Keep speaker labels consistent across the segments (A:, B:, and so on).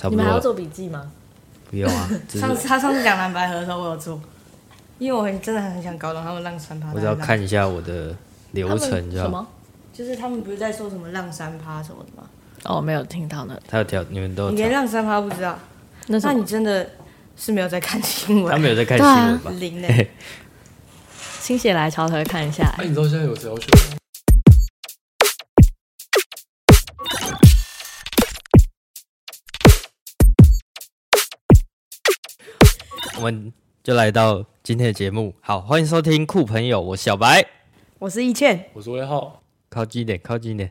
A: 差不
B: 你
A: 多
B: 们还要
A: 了。
B: 做笔记吗？
A: 不用 啊，只是
C: 上次他上次讲蓝白河的时候，我有做，因为我很真的很想搞懂他们浪三趴。
A: 我只要看一下我的流程就
B: 什
A: 好。
B: 么？
C: 就是他们不是在说什么浪三趴什么的吗？
B: 哦，没有听到呢。
A: 他有调，你们都有
C: 你连
A: 调。
C: 浪三趴都不知道，
B: 那是
C: 那你真的是没有在看新
A: 他
C: 闻，
A: 们有在看新闻吧？
C: 零的。
B: 啊心血来潮才会看一下。
D: 哎，你知道现在有谁要去？
A: 我们就来到今天的节目，好，欢迎收听酷朋友，我是小白，
C: 我是易倩，
D: 我是魏浩，
A: 靠近一点，靠近一点，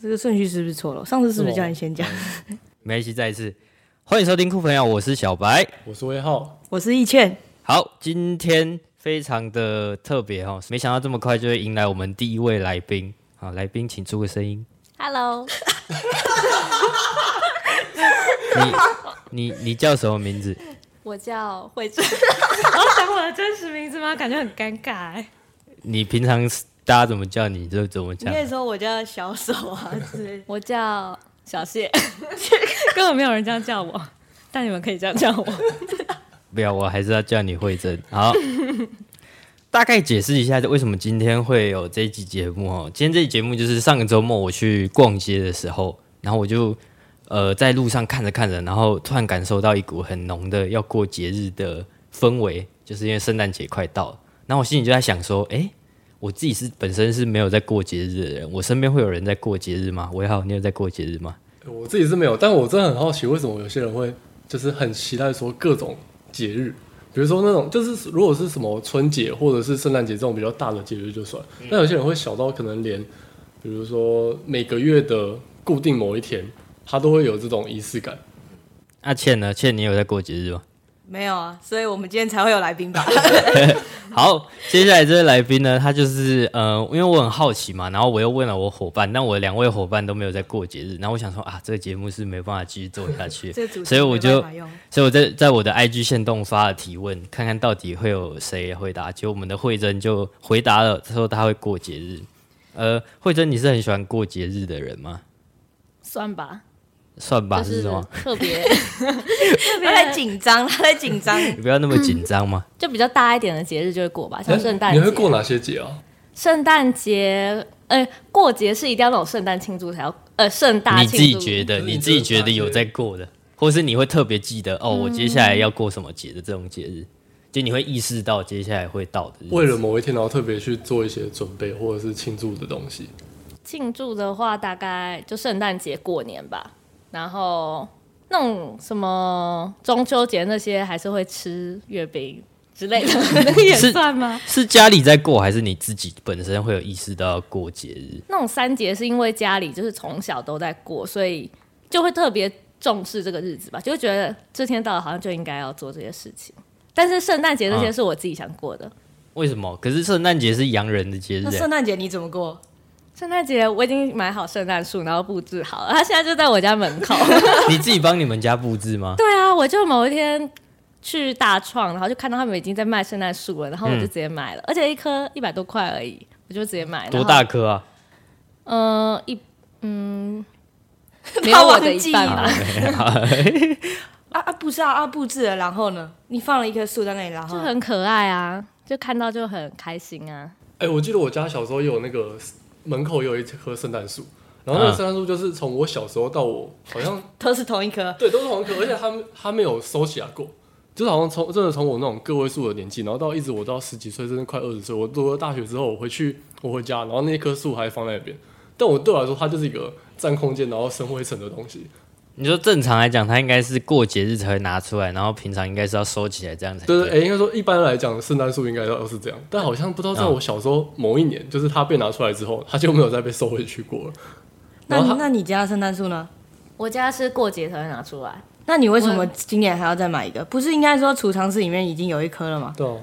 C: 这个顺序是不是错了？上次是不是叫你先讲？
D: 嗯
A: 没关系，再一次，欢迎收听酷朋友，我是小白。
D: 我是魏浩，
C: 我是易 倩，
A: 好，今天非常的特别哦，没想到这么快就会迎来我们第一位来宾。好，来宾请出个声音。
B: Hello，
A: 你你你叫什么名字？
B: 我叫慧珍。我要讲哦我的真实名字吗？感觉很尴尬哎。
A: 你平常大家怎么叫你就怎么
C: 你
A: 讲
C: 可。以说我叫小手啊之类的。
B: 我叫小谢， 根本没有人这样叫我，但你们可以这样叫我。
A: 不要，我还是要叫你慧珍。好， 大概解释一下为什么今天会有这一集节目哦。今天这一集节目就是上个周末我去逛街的时候，然后我就呃在路上看着看着，然后突然感受到一股很浓的要过节日的氛围，就是因为圣诞节快到了。然后我心里就在想说，诶，我自己是本身是没有在过节日的人，我身边会有人在过节日吗？我也好，你有在过节日吗？
D: 我自己是没有，但我真的很好奇，为什么有些人会就是很期待说各种节日，比如说那种就是如果是什么春节或者是圣诞节这种比较大的节日就算，
B: 嗯
D: 但有些人会小到可能连，比如说每个月的固定某一天，他都会有这种仪式感。
A: 阿、啊倩呢？倩，你有在过节日吗？
C: 没有啊，所以我们今天才会有来宾 吧？
A: 好，接下来这位来宾呢，他就是呃，因为我很好奇嘛，然后我又问了我伙伴，但我两位伙伴都没有在过节日，然后我想说啊，这个节目是没办法继续做下去，
C: 这个主题
A: 所以我就
C: 没办法用
A: 所以我在在我的 IG 线动发了提问，看看到底会有谁回答。结果我们的慧珍就回答了，她说她会过节日。呃，慧珍，你是很喜欢过节日的人吗？
B: 算吧，
A: 算吧，
B: 就是是
A: 什么？
B: 特别特
C: 他在
B: 别
C: 紧张， 他在紧张。
A: 你不要那么紧张嘛。
B: 就比较大一点的节日就会
A: 哎
B: 过吧，像圣诞
D: 哎你
B: 节。
D: 会过哪些节啊？
B: 圣诞节，呃，过节是一定要那种圣诞庆祝才要，呃，盛大
A: 你自己
B: 庆祝。
A: 觉得，
D: 就是
A: 你
D: 你
A: 自己
D: 觉
A: 觉
D: 得
A: 得有
D: 哪些
A: 在过的，或是你会特别记得哦，我接下
B: 嗯
A: 来要过什么节的这种节日，就你会意识到接下来会到的日子。
D: 为了某一天，然后特别去做一些准备或者是庆祝的东西。
B: 庆祝的话，大概就圣诞节、过年吧，然后那种什么中秋节那些，还是会吃月饼 之类的，那个也
A: 是
B: 算吗？
A: 是家里在过，还是你自己本身会有意识到要过节日？
B: 那种三节是因为家里就是从小都在过，所以就会特别重视这个日子吧，就会觉得这天到了好像就应该要做这些事情。但是圣诞节那些
A: 嗯
B: 是我自己想过的，
A: 为什么？可是圣诞节是洋人的节日
C: 那
A: 欸、
C: 圣诞节你怎么过？
B: 圣诞节我已经买好圣诞树，然后布置好了，它现在就在我家门口。
A: 你自己帮你们家布置吗？
B: 对啊，我就某一天去大创，然后就看到他们已经在卖圣诞树了，然后我就直接买了，而且一棵一百多块而已，我就直接买。
A: 嗯多
B: 然
A: 大
B: 后？
A: 棵啊？
B: 嗯、一嗯，没有我的一半吧
C: 他。啊啊，不是啊啊，布置了，然后呢？你放了一棵树在那里，然后
B: 就
C: 呢
B: 很可爱啊，就看到就很开心啊。
D: 哎、我记得我家小时候有那个门口有一棵圣诞树，然后那个
A: 嗯
D: 圣诞树就是从我小时候到我好像
C: 都是同一棵。
D: 对都是红壳，而且它它没有收起来过，就是好像从真的从我那种个位数的年纪，然后到一直我到十几岁，甚至快二十岁，我读了大学之后，我回去我回家，然后那棵树还放在那边，但我对我来说，它就是一个占空间然后生灰尘的东西。
A: 你说正常来讲，它应该是过节日才会拿出来，然后平常应该是要收起来这样才
D: 对对，哎、
A: 对。
D: 应该说一般来讲，圣诞树应该都是这样，但好像不知道在我小时候某一年，就是它被拿出来之后，它就没有再被收回去过了。
C: 那
D: 然后它
C: 那你家的圣诞树呢？
B: 我家是过节才会拿出来。
C: 那你为什么今年还要再买一个？不是应该说储藏室里面已经有一棵了吗？
D: 对啊、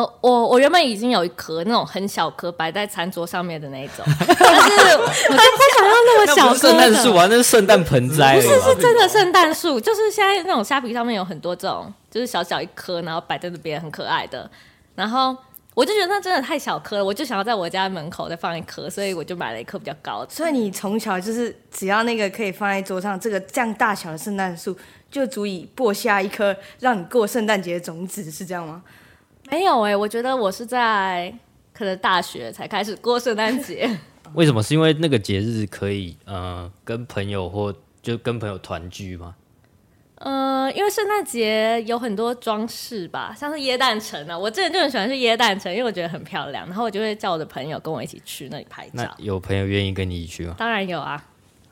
B: 呃，我我原本已经有一颗那种很小颗摆在餐桌上面的那一种， 但是我就不想要那么小
A: 不是
B: 颗
A: 圣
B: 的
A: 诞树啊，那是圣诞盆栽而
B: 不
A: 已
B: 是
A: 吧。
B: 是真的圣诞树，就是现在那种虾皮上面有很多这种，就是小小一颗，然后摆在那边很可爱的。然后我就觉得那真的太小颗了，我就想要在我家门口再放一颗，所以我就买了一棵比较高的。
C: 所以你从小就是只要那个可以放在桌上，这个这样大小的圣诞树就足以播下一颗让你过圣诞节的种子，是这样吗？
B: 没有哎、我觉得我是在可能大学才开始过圣诞节，
A: 为什么？是因为那个节日可以呃跟朋友或就跟朋友团聚吗？
B: 呃，因为圣诞节有很多装饰吧，像是椰蛋城啊，我之前就很喜欢去椰蛋城，因为我觉得很漂亮，然后我就会叫我的朋友跟我一起去那里拍
A: 那
B: 照。
A: 有朋友愿意跟你一起去吗？
B: 当然有啊，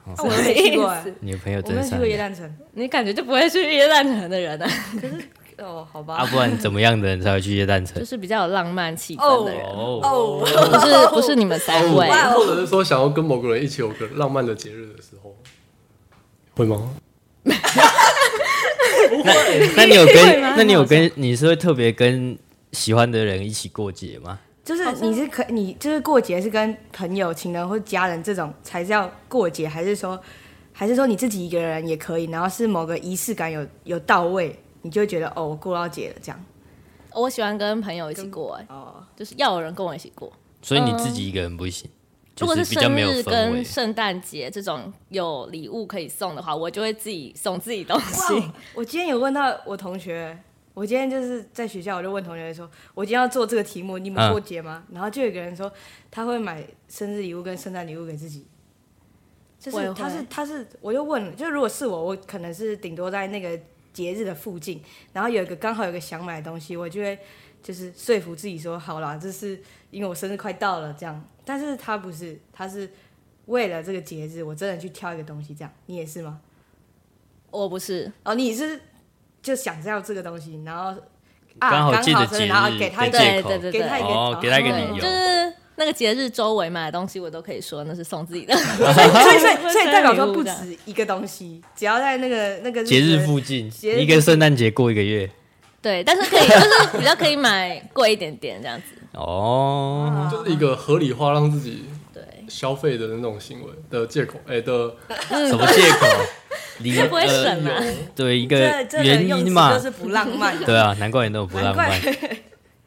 C: 啊，我都没去过、
B: 什
C: 欸，
A: 你的朋友
C: 我没有
A: 真
C: 去
A: 善
C: 过椰
A: 良
C: 蛋城。
B: 你感觉就不会去椰蛋城的人啊，
C: 哦，好
A: 啊，
C: 吧。
A: 不然怎么样的人才会去夜蛋城
B: 就？是比较有浪漫气氛的人，
A: 哦，
C: 哦，
B: 不是不是你们三位。
C: 哇
D: 或者是说想要跟某个人一起有个浪漫的节日的时候，会吗？
A: 那你有跟那你有跟你是会特别跟喜欢的人一起过节吗？
C: 就是你是可你就是过节是跟朋友、情人或家人这种才叫过节，还是说还是说你自己一个人也可以？然后是某个仪式感有有到位，你就会觉得哦，我过到节了这样。
B: 我喜欢跟朋友一起过、哎，
C: 哦，
B: 就是要有人跟我一起过。
A: 所以你自己一个人不行，
B: 呃如果
A: 就是比较
B: 生
A: 没有氛
B: 日
A: 围
B: 跟。圣诞节这种有礼物可以送的话，我就会自己送自己东西
C: 哇。哦我今天有问到我同学，我今天就是在学校，我就问同学说，我今天要做这个题目，你们
A: 嗯
C: 过节吗？然后就有一个人说他会买生日礼物跟圣诞礼物给自己。就
B: 我也
C: 是
B: 会
C: 他是他是，我就问了，就如果是我，我可能是顶多在那个节日的附近，然后有一个刚好有一个想买的东西，我就会就是说服自己说好啦，这是因为我生日快到了这样。但是他不是，他是为了这个节日，我真的去挑一个东西这样。你也是吗？
B: 我不是，
C: 哦，你是就想要这个东西，然后
A: 刚
C: 啊，刚
A: 好借着
C: 生
A: 节
C: 日，
A: 日
C: 然后给他一
A: 的
C: 个
A: 借
B: 对
A: 口，
B: 对对
C: 给他一个
A: 哦，给他一个理
B: 对
A: 由
B: 就。是那个节日周围买的东西，我都可以说那是送自己的。
C: 所以哦 所以所 以所以代表说
B: 生日礼
C: 不
B: 物这样
C: 止一个东西，只要在那个那个
A: 节
C: 子
A: 日附近，
C: 节日
A: 一个圣诞节过一个月
B: 对，但是可以就是比较可以买贵一点点这样子。
A: 哦，
D: 就是一个合理化让自己
B: 对，
D: 消费的那种行为的借口，哎、的
A: 什么借 口？理
B: 这不会省啊
A: 呃，对一个
C: 这这个
A: 原
C: 用
A: 因
C: 词
A: 嘛
C: 就，是不浪漫
A: 对啊，难怪你那 么不浪漫
C: 难。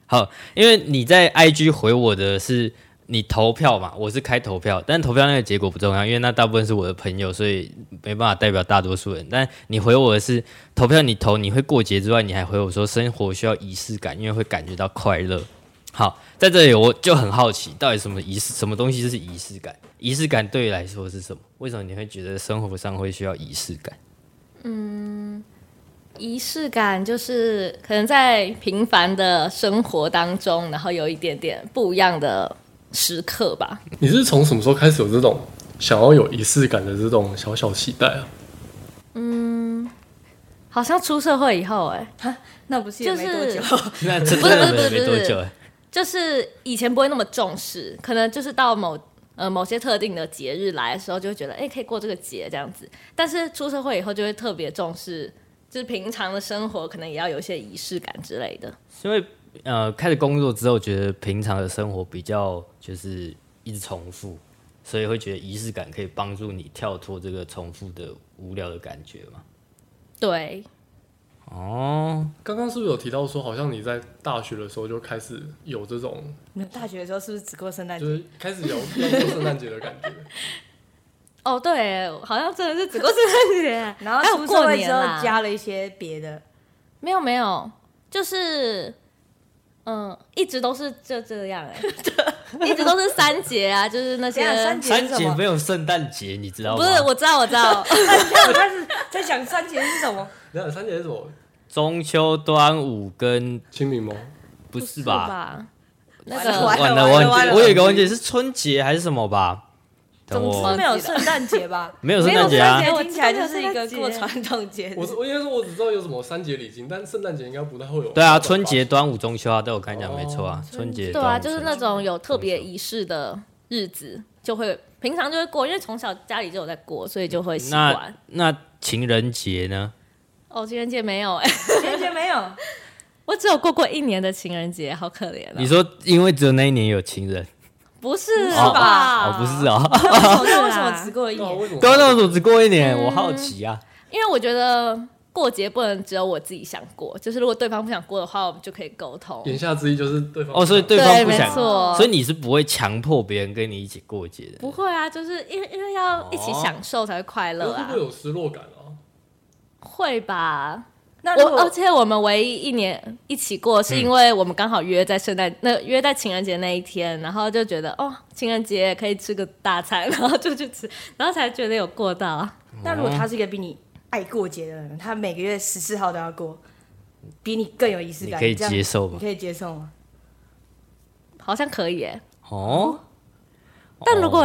A: 好，因为你在 IG 回我的是你投票嘛，我是开投票，但投票那个结果不重要，因为那大部分是我的朋友，所以没办法代表大多数人。但你回我的是投票，你投你会过节之外，你还回我说生活需要仪式感，因为会感觉到快乐。好，在这里我就很好奇，到底什么仪式，什么东西就是仪式感？仪式感对你来说是什么？为什么你会觉得生活上会需要仪式感？
B: 仪式感就是可能在平凡的生活当中，然后有一点点不一样的时刻吧。
D: 你是从什么时候开始有这种想要有仪式感的这种小小期待啊？
B: 好像出社会以后、哎，
C: 那不是也没多久，
A: 那真
B: 不是
A: 的
B: 不是
A: 没没多
B: 不是
A: 久欸，
B: 就是以前不会那么重视，可能就是到某呃某些特定的节日来的时候，就会觉得哎、诶可以过这个节这样子。但是出社会以后，就会特别重视，就是平常的生活可能也要有一些仪式感之类的。
A: 因为呃，开始工作之后，觉得平常的生活比较就是一直重复，所以会觉得仪式感可以帮助你跳脱这个重复的无聊的感觉嘛。
B: 对，
A: 哦，
D: 刚刚是不是有提到说，好像你在大学的时候就开始有这种，
C: 你们大学的时候是不是只过圣诞
D: 就
C: 节？
D: 是开始有要过圣诞节的 感觉？
B: 哦对，好像真的是只过圣诞节，
C: 然后
B: 还
C: 出
B: 有
C: 社
B: 哎过
C: 会之
B: 年啊
C: 后
B: 啦，
C: 加了一些别的，
B: 没有没有，就是嗯、一直都是就这样 哎、一直都是三节啊，就是那些
C: 这样三节
A: 三
C: 是什
A: 姐
C: 么
A: 没？有圣诞节，你知道吗？
B: 不是，我知道我知道。
C: 我开始在想三节是 什么？
D: 你看三节是什么？
A: 中秋、端午跟
D: 清明吗？
A: 不是
B: 是
A: 吧？
B: 那
C: 完了
B: 个
A: 忘
C: 完了
A: 忘
C: 完
A: 记，
C: 了
A: 我有一个忘记是春节还是什么吧？等
C: 总
A: 我
C: 之没有圣诞节吧？
A: 没有圣诞节 啊
C: 没有圣诞节听起来就是一个过传统 节日。
D: 我是我应该说，我只知道有什么三节礼金，但圣诞节应该不太会有。
A: 对啊，春节、端午、中秋啊，对我刚才讲没错啊，春
C: 春
A: 节
B: 对
A: 端
B: 啊，
A: 午
B: 就是
A: 春
B: 那
A: 节
B: 种有特别仪式的日子，就会平常就会过，因为从小家里就有在过，所以就会习
A: 那
B: 惯。
A: 那情人节呢？
B: 哦，情人节没有哎、
C: 情人节没有，
B: 我只有过过一年的情人节，好可怜
A: 你
B: 啊！
A: 说因为只有那一年有情人
B: 不是
C: 哦
B: 吧？
A: 哦，不是哦。
C: 那为什么只过一
D: 对啊，
C: 年？
D: 为什么？
B: 嗯
A: 对啊，那我只过一年，我好奇啊。
B: 因为我觉得过节不能只有我自己想过，就是如果对方不想过的话，我们就可以沟通。
D: 言下之意就是对方
A: 哦，所以对方
B: 对，
A: 不
B: 没
A: 想，
B: 错，
A: 所以你是不会强迫别人跟你一起过节的。
B: 不会啊，就是因为因为要一起享受才会快
D: 可是
B: 乐
D: 会
B: 啊
D: 不
A: 哦
D: 会，有失落感啊？
B: 会吧？
C: 那如
B: 我而
C: 果
B: 且我们唯一一年一起
A: 嗯
B: 过，是因为我们刚好约在圣诞、那约在情人节那一天，然后就觉得哦，情人节可以吃个大餐，然后就去吃，然后才觉得有过到。
A: 哦
C: 那如果他是一个比你爱过节的人，他每个月十四号都要过，比你更有仪式
A: 你
C: 感，
A: 可以
C: 这样
A: 接受
C: 你
A: 吗？
C: 可以接受吗？
B: 好像可以耶，
A: 哦，
B: 但如果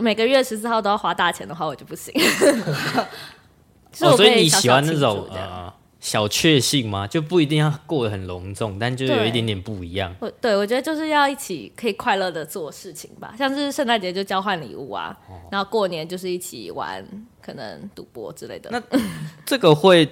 B: 每个月十四号都要花大钱的话，我就不 行。就是
A: 哦，
B: 我
A: 所以
B: 可
A: 你
B: 小
A: 喜
B: 小
A: 欢那
B: 庆
A: 种
B: 祝这样
A: 呃小确幸吗？就不一定要过得很隆重，但就是有一
B: 对
A: 点点不一样。
B: 我对我觉得就是要一起可以快乐的做事情吧，像是圣诞节就交换礼物啊，
A: 哦
B: 然后过年就是一起玩可能赌博之类的。
A: 那这个会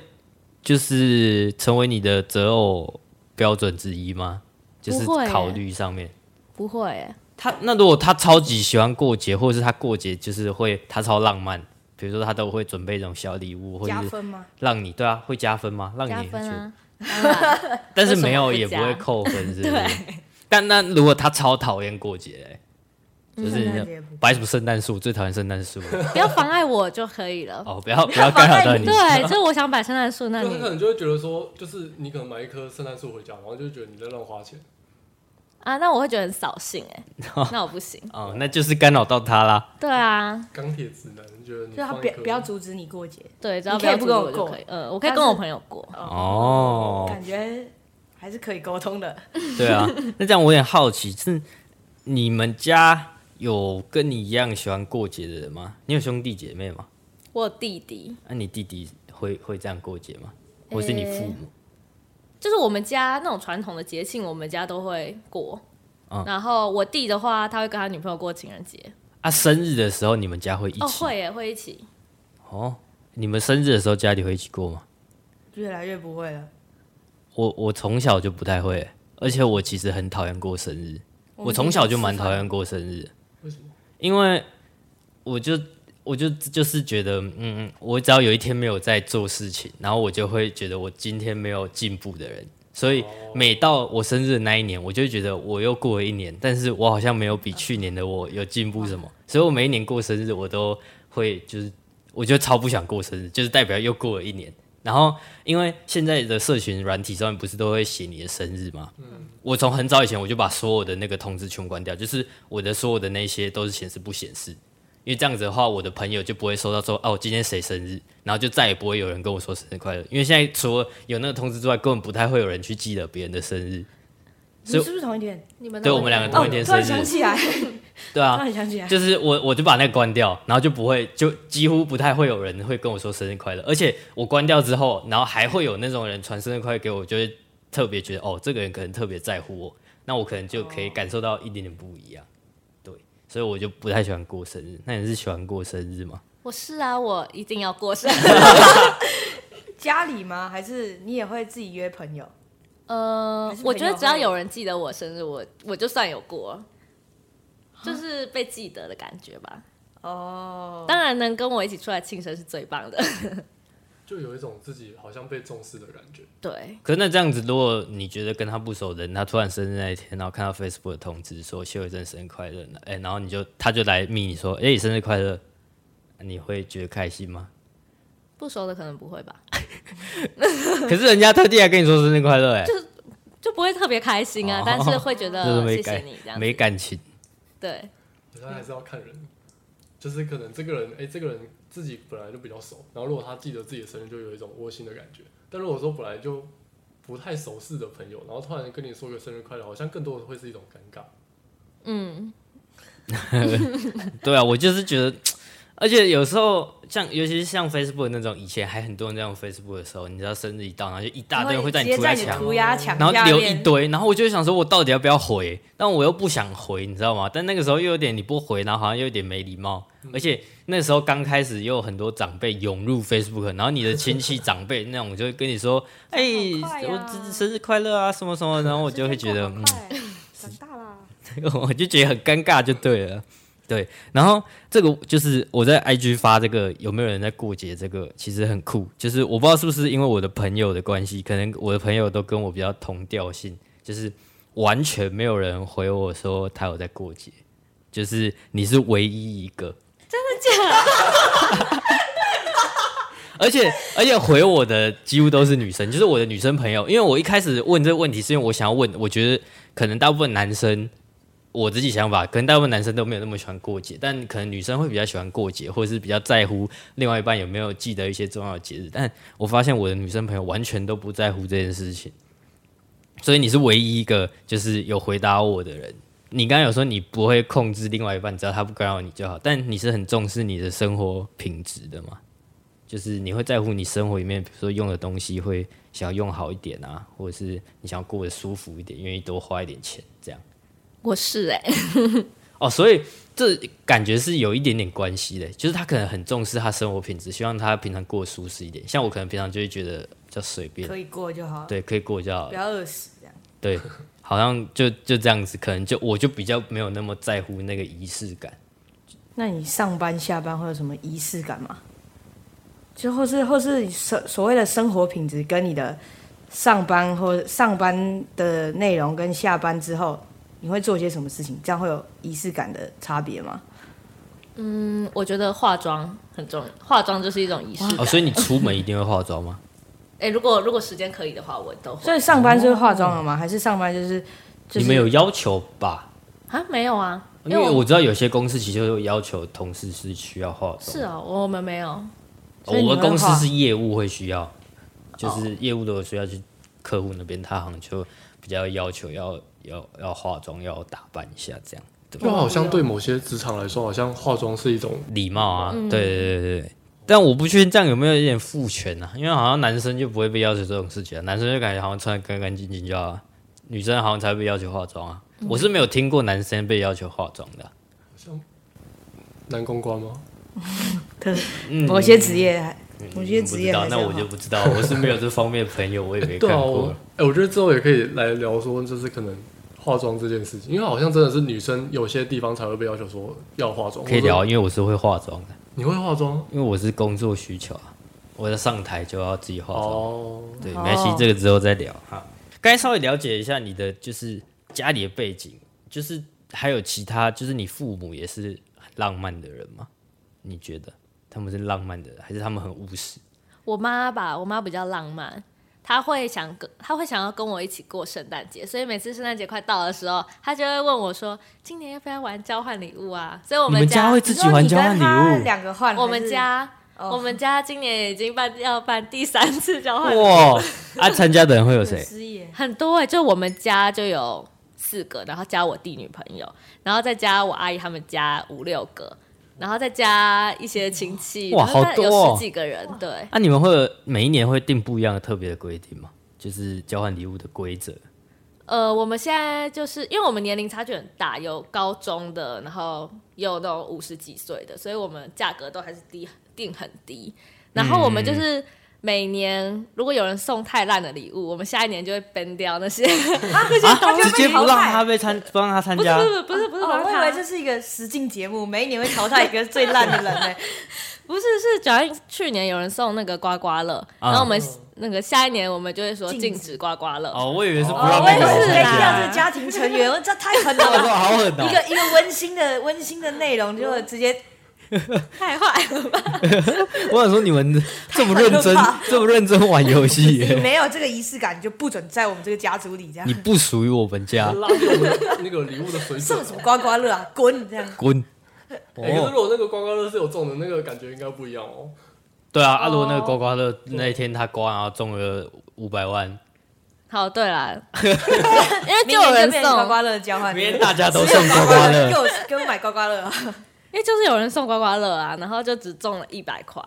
A: 就是成为你的择偶标准之一吗？就是
B: 不会欸
A: 考虑上面。
B: 不会耶、
A: 他那如果他超级喜欢过节，或者是他过节就是会他超浪漫，比如说他都会准备一种小礼物，或者
C: 加
A: 是
C: 分吗？
A: 让你对啊会加分吗？让
B: 加
A: 你
B: 分
A: 觉得
B: 啊，当然
A: 但是
B: 为什么
A: 没有
B: 不
A: 也不
B: 加
A: 会扣分，是不是
B: 对？
A: 但那如果他超讨厌过节嘞、
B: 嗯
A: 就
C: 圣诞
A: 是
C: 节不
A: 摆什么圣诞树，最讨厌圣诞树
B: 不要妨碍我就可以了。
A: 哦，不要不要干扰到你。
B: 对，就是我想摆圣诞树，那
D: 就他可
B: 你
D: 能就会觉得说，就是你可能买一棵圣诞树回家，然后就觉得你在乱花钱。
B: 啊，那我会觉得很扫兴 哎、那我不行。
A: 哦，那就是干扰到他啦。
B: 对啊，
D: 钢铁直男就觉得你
C: 就他
D: 放
C: 啊不
D: 一
C: 要
D: 棵
C: 不要阻止你过节，
B: 对，只要
C: 你
B: 不
C: 可以
B: 要阻
C: 不
B: 止
C: 跟我
B: 我就
C: 过
B: 可以。呃，我可以
C: 但
B: 跟我
C: 是
B: 朋友过。
A: 哦，
C: 感觉还是可以沟通的。
A: 对啊，那这样我有点好奇，是你们家有跟你一样喜欢过节的人吗？你有兄弟姐妹吗？
B: 我有弟弟，
A: 那、你弟弟会会这样过节吗？或是你父母？
B: 就是我们家那种传统的节庆，我们家都会过。
A: 嗯
B: 然后我弟的话，他会跟他女朋友过情人节。
A: 啊，生日的时候你们家会一起？
B: 哦，会耶，会一起。
A: 哦你们生日的时候家里会一起过吗？
C: 越来越不会了。
A: 我我从小就不太会，而且我其实很讨厌过生日。我从小就蛮讨厌过生日，
D: 为什么？
A: 因为我就我就就是觉得，嗯，我只要有一天没有在做事情，然后我就会觉得我今天没有进步的人。所
D: 哦
A: 以每到我生日的那一年，我就会觉得我又过了一年，但是我好像没有比去年的我有进步什么。所以我每一年过生日，我都会就是，我就超不想过生日，就是代表又过了一年。然后因为现在的社群软体上面不是都会写你的生日吗？我从很早以前我就把所有的那个通知全部关掉，就是我的所有的那些都是显示不显示，因为这样子的话，我的朋友就不会收到说哦今天谁生日，然后就再也不会有人跟我说生日快乐，因为现在除了有那个通知之外，根本不太会有人去记得别人的生日。
C: 你
A: 所以
C: 是不是同一天？
B: 你们
A: 对
B: 那
A: 我们两个
C: 哦
A: 同一，天
C: 突
A: 生
C: 然想
A: 日，
C: 起来，
A: 对
C: 突
A: 啊，
C: 然想起 来，
A: 就是我我就把那个关掉，然后就不会就几乎不太会有人会跟我说生日快乐，而且我关掉之后，然后还会有那种人传生日快乐给我，我就会特别觉得哦，这个人可能特别在乎我，那我可能就可以感受到一点点不一样，对，所以我就不太喜欢过生日。那你是喜欢过生日吗？
B: 我是啊，我一定要 过生日。
C: 家里吗？还是你也会自己约朋友？
B: 呃
C: 还是，
B: 我
C: 朋
B: 觉得
C: 友
B: 只要
C: 会
B: 有人记得我生日，我我就算有过，就是被记得的感觉吧。
C: 哦，
B: 当然，能跟我一起出来庆生是最棒的。
D: 就有一种自己好像被重视的感觉。
B: 对，
A: 可是那这样子，如果你觉得跟他不熟的人，他突然生日那一天，然后看到 Facebook 的通知说谢伟正生日快乐，哎、然后你就他就来密你说，哎、生日快乐，你会觉得开心吗？
B: 不熟的可能不会吧，
A: 可是人家特地来跟你说生日快乐、哎，
B: 就不会特别开心啊，但是会觉
A: 哦 就是
C: 呃
B: 得
A: 没
B: 谢谢
A: 感
B: 你这样
A: 没
B: 子。
A: 感情。
B: 对，
D: 好像还是要看人，就是可能这个人，哎、这个人自己本来就比较熟，然后如果他记得自己的生日，就有一种窝心的感觉。但如果说本来就不太熟识的朋友，然后突然跟你说个生日快乐，好像更多的会是一种尴尬。
B: 嗯，
A: 对啊，我就是觉得，而且有时候像，尤其是像 Facebook 那种，以前还很多人在用 Facebook 的时候，你知道生日一到，然后就一大堆人会在你
C: 直接
A: 涂鸦
C: 在你的
A: 墙，
C: 涂鸦墙
A: 然后
C: 下
A: 留一
C: 面
A: 堆，然后我就会想说，我到底要不要回？但我又不想回，你知道吗？但那个时候又有点你不回，然后好像又有点没礼貌，而且那时候刚开始又有很多长辈涌入 Facebook，然后你的亲戚长辈那种就会跟你说，哎、
C: 快
A: 我
C: 啊
A: 这生日快乐啊，什么什嗯 么，然后我就会觉得，嗯，
C: 长大啦，
A: 我就觉得很尴尬，就对了。对，然后这个就是我在 IG 发这个有没有人在过节，这个其实很酷。就是我不知道是不是因为我的朋友的关系，可能我的朋友都跟我比较同调性，就是完全没有人回我说他有在过节，就是你是唯一一个。而且而且回我的几乎都是女生，就是我的女生朋友。因为我一开始问这个问题，是因为我想要问，我觉得可能大部分男生，我自己想法，可能大部分男生都没有那么喜欢过节，但可能女生会比较喜欢过节，或者是比较在乎另外一半有没有记得一些重要的节日。但我发现我的女生朋友完全都不在乎这件事情，所以你是唯一一个就是有回答我的人。你刚刚有说你不会控制另外一半，只要他不干扰你就好，但你是很重视你的生活品质的嘛？就是你会在乎你生活里面，比如说用的东西会想要用好一点啊，或者是你想要过得舒服一点，愿意多花一点钱这样。
B: 我是哎、
A: 哦，所以这感觉是有一点点关系的，就是他可能很重视他生活品质，希望他平常过得舒适一点。像我可能平常就会觉得比较随便
C: 可，以过就好，
A: 对，可以过就好
C: 不
A: 了，
C: 要饿死这样。
A: 对，好像就就这样子，可能就我就比较没有那么在乎那个仪式感。
C: 那你上班下班会有什么仪式感吗？就或是或是所所谓的生活品质跟你的上班或上班的内容跟下班之后你会做些什么事情，这样会有仪式感的差别吗？
B: 嗯我觉得化妆很重要，化妆就是一种仪式感。
A: 哦，所以你出门一定会化妆吗？
B: 哎、如果如果时间可以的话，我都会
C: 所以上班就是化妆了吗？还是上班就是 就
A: 你们
C: 是
A: 有要求吧？
B: 啊，没有啊，
A: 因为我知道有些公司其实有要求同事是需要化妆，
B: 是啊，我们没有。
A: 哦
C: 所以你
A: 我
C: 们哦
A: 的公司
C: 化
A: 是业务会需要，就是业务的需要去客户那边，他好像就比较要求要要要化妆，要打扮一下这样，对
D: 就好像对某些职场来说，好像化妆是一种
A: 礼貌啊，
C: 嗯
A: 对对对对。但我不确定这样有没有一点父权啊，因为好像男生就不会被要求这种事情啊，男生就感觉好像穿的干干净净就好啊，女生好像才被要求化妆啊。
C: 嗯
A: 我是没有听过男生被要求化妆的啊、
D: 男公关吗？
C: 嗯某些职业还，某些
A: 嗯
C: 职业
A: 不
C: 还
A: 知
C: 是
A: 道那我
C: 要
A: 就不知道，我是没有这方面的朋友，我也 没
D: 对
A: 看
D: 啊，
A: 过。
D: 我哎、我觉得之后也可以来聊说，就是可能化妆这件事情，因为好像真的是女生有些地方才会被要求说要化妆。
A: 可以
D: 或
A: 聊，啊
D: 者
A: 因为我是会化妆的，
D: 你会化妆？
A: 因为我是工作需求啊，我在上台就要自己化妆。
D: 哦，
A: 对，
C: 哦
A: 没关系，这个之后再聊哈。该哦稍微了解一下你的就是家里的背景，就是还有其他，就是你父母也是很浪漫的人吗？你觉得他们是浪漫的人，还是他们很务实？
B: 我妈吧，我妈比较浪漫，她会想跟她会想要跟我一起过圣诞节，所以每次圣诞节快到的时候，她就会问我说：“今年要不要玩交换礼物啊？”所以我
A: 你们
B: 家
A: 家会自己玩交换礼
C: 你说你跟他
A: 物？
C: 两个换，
B: 我们家、
C: 哦
B: 我们家今年已经办要办第三次交换礼物，
A: 哇！啊，参加的人会有
C: 还是
A: 谁？
C: 失业
B: 很多哎、就我们家就有四个，然后加我弟女朋友，然后再加我阿姨他们家五六个。然后再加一些亲戚，
A: 哇
B: 然后大概
A: 好多哦
B: 有十几个人，对，
A: 那、啊你们会有每一年会定不一样的特别的规定吗？就是交换礼物的规则。
B: 呃，我们现在就是因为我们年龄差距很大，有高中的，然后也有那种五十几岁的，所以我们价格都还是低，定很低。然后我们就是每年如果有人送太烂的礼物，我们下一年就会 ban 掉那些。
A: 啊，
C: 就被
A: 直接不
C: 淘汰
A: 让他被参，不让他参
B: 不是
A: 加
B: 不。是不是不是，
C: 哦，我以为这
B: 是
C: 是一个实境节目，每一年会淘汰一个最烂的人呢、
B: 不是是，主要去年有人送那个刮刮乐，然后我们那个下一年我们就会说
C: 禁
B: 禁
C: 止
B: 止刮刮乐。
A: 哦，我以为是不
C: 哦
A: 让
C: 我
A: 那
C: 也
A: 个人
C: 是
A: 参
C: 没听到
A: 加。
C: 这个家庭成员，这太狠了
A: 我说
C: 吧！
A: 好狠
C: 一个
A: 哦！
C: 一个温馨的温馨的内容，就直接
B: 太坏了吧！
A: 我想说你们这么认真
C: 太狠了吧，
A: 这么认真玩游戏
C: 你
A: 耶，
C: 没有这个仪式感，你就不准在我们这个家族里这样
A: 你不属于我们家，
D: 拉低我们的那个礼物的水准
C: 送。什么刮刮乐啊，滚这样。
A: 滚！
D: 哎、可是
A: 哦，
D: 如果那个刮刮乐是有中的，那个感觉应该不一样哦。
A: 对啊，阿罗那个刮刮乐那一天他刮，然后中了五百 万，
B: 好，对啦，因为
C: 明
B: 就有
C: 年
B: 人
C: 变成刮
B: 送，
C: 刮乐交换，
D: 哎
A: 明天大家都送刮刮
C: 给
A: 乐，
C: 我给我买刮刮 乐啊，
B: 因为就是有人送刮刮乐啊，然后就只中了一百块。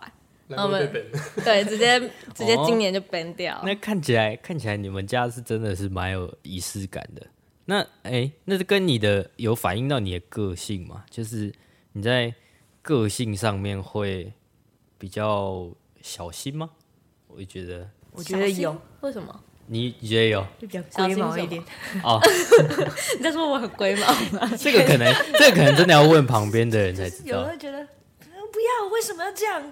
D: 难怪会被 ban
B: 对，直接直
C: 哦
B: 接今年就 ban 掉。
A: 那看起来看起来你们家是真的是蛮有仪式感的。那哎、那是跟你的有反映到你的个性吗？就是你在个性上面会比较小心吗？我觉得
C: 我觉得有，
B: 为什么？
A: 你你觉得有？
C: 就比较龟毛一点。
A: 哦，
B: 你在说我很龟毛吗？
A: 这个可 能，这个可能真的要问旁边的人才知
C: 有时
A: 道
C: 候。觉得呃不要，为什么要这样？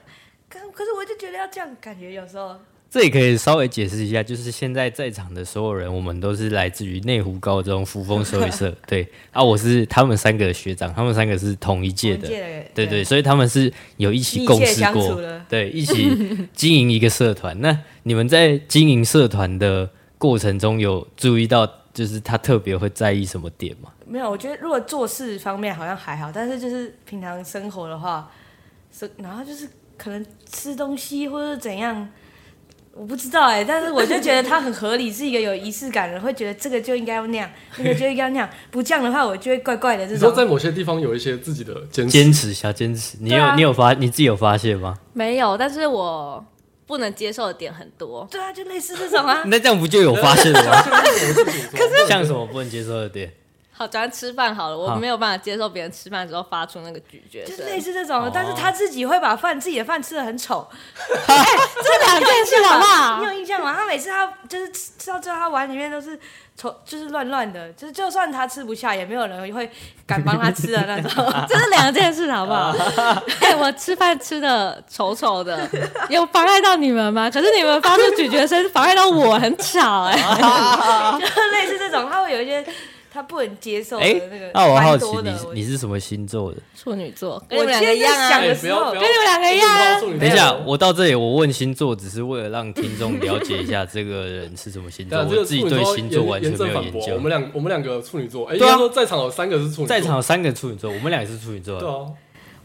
C: 可可是我就觉得要这样，感觉有时候
A: 这也可以稍微解释一下，就是现在在场的所有人，我们都是来自于内湖高中扶风手语 社。对啊，我是他们三个的学长，他们三个是同一届的。对对，所以他们是有一起共
C: 密切
A: 事
C: 相处
A: 过
C: 了，
A: 对，一起经营一个社 团。那你们在经营社团的过程中，有注意到就是他特别会在意什么点吗？
C: 没有，我觉得如果做事方面好像还好，但是就是平常生活的话，是然后就是可能吃东西或者怎样，我不知道哎、但是我就觉得它很合理，是一个有仪式感的人，会觉得这个就应该要那样，那个就应该要那样，不这样的话我就会怪怪的这
D: 你说
C: 种。
D: 在某些地方有一些自己的坚持，
A: 坚持，小坚持，你有、
C: 嗯对啊
A: 你有发你自己有发现 吗？，
B: 没有，但是我不能接受的点很多。
C: 对啊，就类似这种啊
D: 嗯
A: 那这样不就有发现了吗？
D: 可是
A: 像什么不能接受的点？
B: 好，讲到吃饭好了，我
A: 好
B: 没有办法接受别人吃饭之后发出那个咀嚼
C: 就
B: 声
C: 是。类似这种
A: 哦
C: 的，但是他自己会把饭自己的饭吃的很丑，
B: 这两件事好不
D: 啊
C: 你
B: 好？
C: 有印象吗？他每次他就是吃吃到最后，他碗里面都是丑，就是乱乱的，就是就算他吃不下，也没有人会敢帮他吃的那种。
B: 这是两件事好不好？
C: 啊
B: 哎，我吃饭吃的丑丑 的，有妨碍到你们吗？可是你们发出咀嚼声，妨碍到我，很吵哎、
C: 就 类似这种，他会有一些他不能接受的
A: 哎、
C: 哦那个。
A: 那我好奇
C: 蛮多的
A: 你
C: 我
A: 你是什么星座的？
B: 处女座，跟你
C: 我
B: 们
C: 今
B: 两个
C: 天
B: 一样
C: 在想
B: 啊。
C: 的
D: 哎不
C: 时
D: 要
C: 候
D: 不，要
B: 跟你们两个一样啊
D: 不要送你
A: 等一
D: 这
A: 下，
D: 种
A: 我到这里，我问星座只是为了让听众了解一下这个人是什么星座，
D: 但这个
A: 我自己
D: 啊处女
A: 对
D: 座
A: 星座
D: 严
A: 完全没
D: 严正
A: 有
D: 反
A: 研
D: 驳
A: 究。
D: 我们两我们两个处女座，哎，应
A: 对啊
D: 该说在场有三个是处女座，
A: 在场有三个处女座，我们俩也是处女座。
D: 对啊，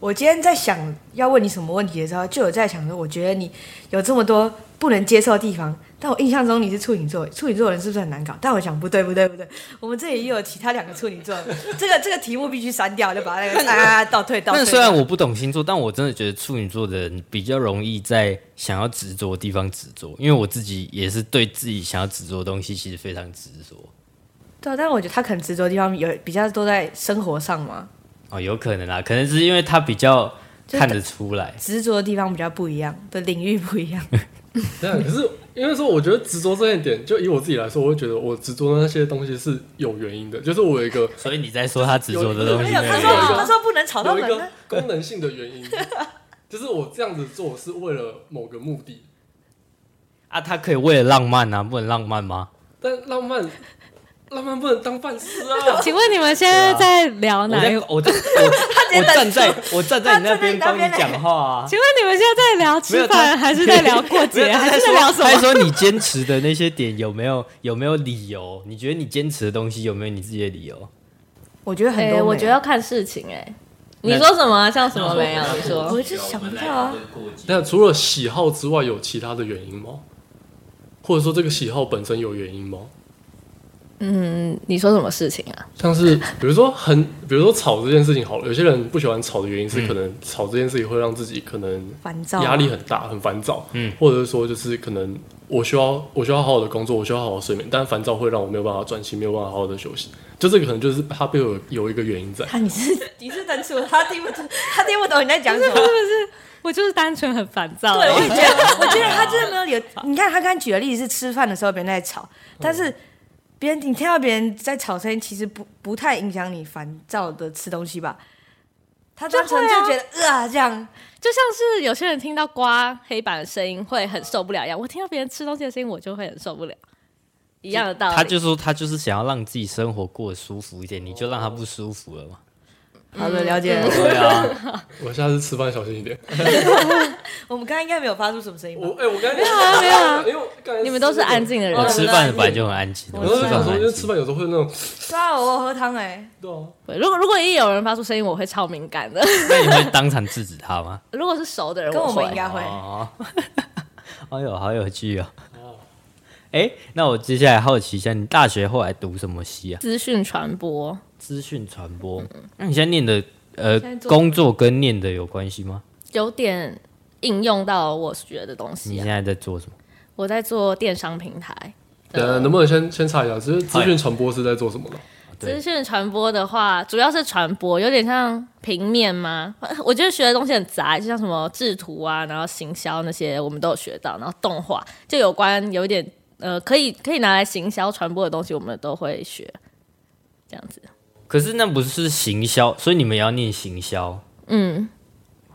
C: 我今天在想要问你什么问题的时候，就有在想说，我觉得你有这么多不能接受的地方，但我印象中你是处女座，处女座的人是不是很难搞？但我想不对，不对，不对，我们这里也有其他两个处女 座，这个这个题目必须删掉，就把那个啊倒退倒退。
A: 但虽然我不懂星座，但我真的觉得处女座的人比较容易在想要执着的地方执着，因为我自己也是对自己想要执着的东西其实非常执着。
C: 对啊，但是我觉得他可能执着的地方有比较多在生活上嘛，
A: 哦，有可能啦，可能是因为他比较看得出来。
C: 执着的地方比较不一样，的领域不一样。
D: 对啊。可是因为说，我觉得执着这一点，就以我自己来说，我会觉得我执着的那些东西是有原因的，就是我有一个
A: 所以你在说他执着的东西
C: 没
D: 没
A: 没有
C: 有，
D: 有
C: 他
A: 用，
C: 说
D: 有一个
C: 他说不能吵到
D: 有一
C: 人啊
D: 个。功能性的原因，就是我这样子做是为了某个目的，
A: 啊，他可以为了浪漫啊，不能浪漫吗？
D: 但浪漫浪漫不能当饭吃 啊。
B: 请问你们现在在聊
A: 我
B: 哪一
A: 在我在我我站在 我站在你那边帮你讲话 啊。
B: 请问你们现在在聊吃
A: 没有
B: 饭，还是在聊 过
A: 没
B: 节，
A: 有他
B: 还
A: 在
B: 是在
A: 说
B: 聊什
A: 他在
B: 么？
A: 说你坚持的那些点有没有有没有理由？你觉得你坚持的东西有没有你自己的理由？
C: 我觉得很多、
B: 哎
C: 啊
B: 我觉得，要看事情哎、你说什么啊？像什么没有？你说
C: 我就想不到啊。
D: 那除了喜好之外，有其他的原因吗？或者说这个喜好本身有原因吗？
B: 你说什么事情啊？
D: 像是比如说很，比如说吵这件事情好了，有些人不喜欢吵的原因是可能吵这件事情会让自己可能
C: 烦躁啊
D: 压力很大，很烦躁，
A: 嗯，
D: 或者是说就是可能我需要我需要好好的工作，我需要好好睡眠，但烦躁会让我没有办法专心，没有办法好好的休息，就这个可能就是它背后有有一个原因在。
C: 他你是你是单纯，他听不懂，他听不懂你在讲什么。
B: 我就是单纯很烦躁、哎
C: 对，我也觉得， 我觉得他真的没有理 由。你看他刚才举的例子是吃饭的时候别人在吵，但是别人你听到别人在吵声音，其实不不太影响你烦躁的吃东西吧？他单纯就
B: 就会啊
C: 觉得啊、这样，
B: 就像是有些人听到刮黑板的声音会很受不了一样，我听到别人吃东西的声音我就会很受不了，一样的道理。
A: 他就说他就是想要让自己生活过得舒服一点，你就让他不舒服了嘛。
C: 好的，了解了。
A: 对啊，
D: 我下次吃饭小心一点。
C: 我们刚刚应该没有发出什么声音吧
D: 我？哎、我刚才没有啊，没有啊，因为刚才
B: 你们都是安静的人
A: 我
B: 哦
A: 吃饭本来就很安静，
D: 我都
A: 吃
D: 在
A: 饭
D: 想
A: 很
D: 说，
A: 安
D: 因为
A: 静
D: 吃。饭有时候会那种，
C: 对啊，我喝汤哎、
D: 对啊，
B: 对如果如果一有人发出声音，我会超敏感的。
A: 那你会当场制止他吗？
B: 如果是熟的人，
C: 跟我
B: 会
C: 们应该会。
A: 哦， 哎呦，好有趣哦。哎、那我接下来好奇一下，你大学后来读什么系啊？
B: 资讯传播。
A: 资讯传播。那你现在念的呃
B: 嗯现在做
A: 工作跟念的有关系吗？
B: 有点应用到我学的东
A: 你
B: 西、
A: 现
B: 啊。
A: 在在做什么？
B: 我在做电商平台，
D: 呃，能不能先先查一下，就是资讯传播是在做什么的？
A: 哦对
B: 资讯传播的话，主要是传播，有点像平面吗？ 我觉得学的东西很杂，就像什么制图啊，然后行销那些我们都有学到，然后动画就有关有一点呃可以可以拿来行销传播的东西，我们都会学，这样子。
A: 可是那不是行销，所以你们也要念行销
B: 嗯，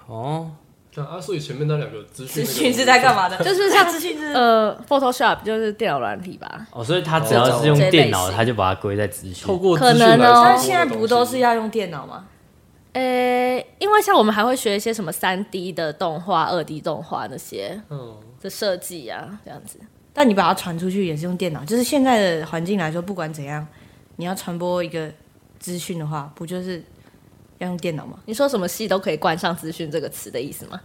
A: 哦。
D: 对啊，所以前面那两个资
C: 资
D: 讯那个，
C: 讯是哦在干嘛的？哎
B: 就是像
C: 资讯是
B: 呃，Photoshop 就是电脑软体吧？
A: 哦，所以他只要是用
B: 这类
A: 电脑，
B: 型
A: 他就把它归在资
D: 透
A: 讯。
D: 过资讯
B: 可
D: 来
B: 能哦
D: 传播的
C: 但
D: 东
C: 是
D: 西
C: 现在不都是要用电脑吗？
B: 诶、呃因为像我们还会学一些什么三 D 的动画、二 D 动画那些
D: 嗯，
B: 的设计啊，这样子。
C: 但你把它传出去也是用电脑，就是现在的环境来说，不管怎样，你要传播一个资讯的话，不就是要用电脑吗？
B: 你说什么戏都可以冠上“资讯”这个词的意思吗？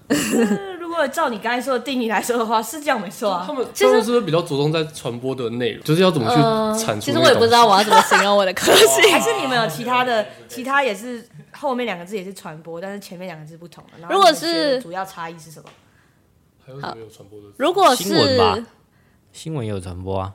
C: 如果照你刚才说的定义来说的话，是这样没错
D: 他
C: 啊。
D: 们他们是不是比较着重在传播的内容，就是要怎么去产
B: 呃
D: 出
B: 其
D: 那个东西？
B: 实我也不知道我要怎么形容我的科系。
C: 还是你们有其他的，其他也是后面两个字也是传播，但是前面两个字不同了。然后
B: 如果
C: 你们学的
B: 是
C: 主要差异是什么？
D: 还有什么有传播的？
B: 如果是
A: 新闻吧新闻也有传播 啊，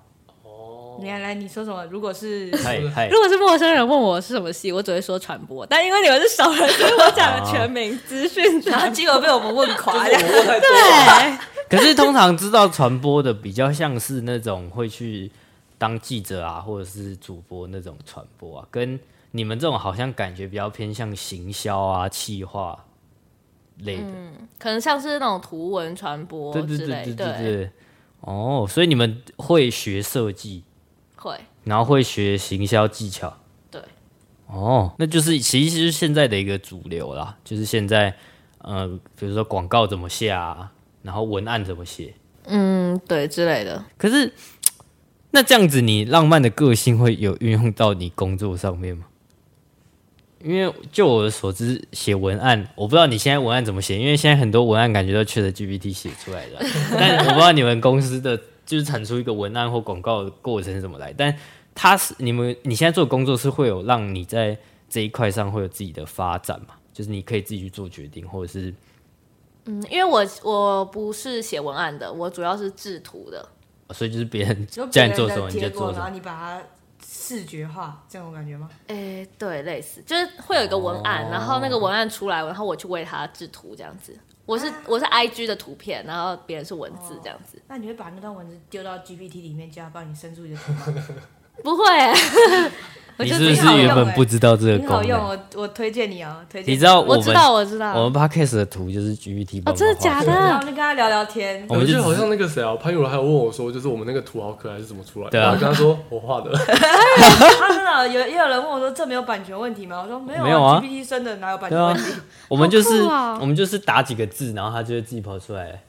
C: 你来来，你说什么？如果 是
A: 嗨嗨
B: 如，果是陌生人问我是什么系，我只会说传播。但因为你们是熟人，所以我讲了全名资 讯
C: 然后
B: 传。
C: 结果被我们问垮了，
D: 我问太多
B: 对，
A: 可是通常知道传播的比较像是那种会去当记者啊，或者是主播那种传播啊，跟你们这种好像感觉比较偏向行销啊、企划类的。
B: 可能像是那种图文传播
A: 对对
B: 之
A: 对
B: 类，
A: 对对对。哦，所以你们会学设计，
B: 会
A: 然后会学行销技巧。
B: 对。
A: 哦，那就是其实是现在的一个主流啦，就是现在呃，比如说广告怎么下、啊，然后文案怎么写。
B: 嗯，对之类的。
A: 可是那这样子，你浪漫的个性会有运用到你工作上面吗？因为就我所知，写文案，我不知道你现在文案怎么写，因为现在很多文案感觉都缺了 GPT 写出来的啊，但我不知道你们公司的就是产出一个文案或广告的过程是怎么来，但它是你们你现在做的工作是会有让你在这一块上会有自己的发展嘛？就是你可以自己去做决定，或者是
B: 嗯，因为我我不是写文案的，我主要是制图的。
A: 所以就是别人
C: 就别
A: 叫你
C: 人
A: 做
C: 的
A: 什么你就
C: 结
A: 做
C: 果，
A: 什
C: 然
A: 么
C: 后。你把它视觉化，这种感觉吗？
B: 诶，对，类似就是会有一个文案，然后那个文案出来，然后我去为它制图这样子。我是我是 I G 的图片，然后别人是文字这样子，
C: 那你会把那段文字丢到 GPT 里面，叫它帮你生出一个图吗？
B: 不会。我
A: 你
B: 就
A: 不
B: 是自己
A: 是
C: 好用
A: 原本
C: 欸
A: 不知道这个
C: 很好
A: 功
C: 用，哦
A: 能？
C: 我我推荐你哦，推荐
A: 你知道我
B: 我
A: 们
B: 知道我知道，
A: 我们 podcast 的图就是 GPT 帮
B: 啊哦，
A: 忙
B: 真的假
A: 画
C: 然
B: 的？
C: 后就跟他聊聊天
A: 我，们就
D: 就好
A: 只是
D: 像那个谁啊，潘友还有问我说，就是我们那个图好可爱是怎么出来的？
A: 对啊
D: 我还跟他说我 画的，
C: 他啊真的有也有人问我说这没有版权问题吗？我说没有
A: 没有啊
C: GPT 生的哪有版
A: 对
C: 权
A: 啊
C: 问题？，
A: 我们就是、
B: 好酷哦
A: 我们就是打几个字，然后它就会自己跑出来。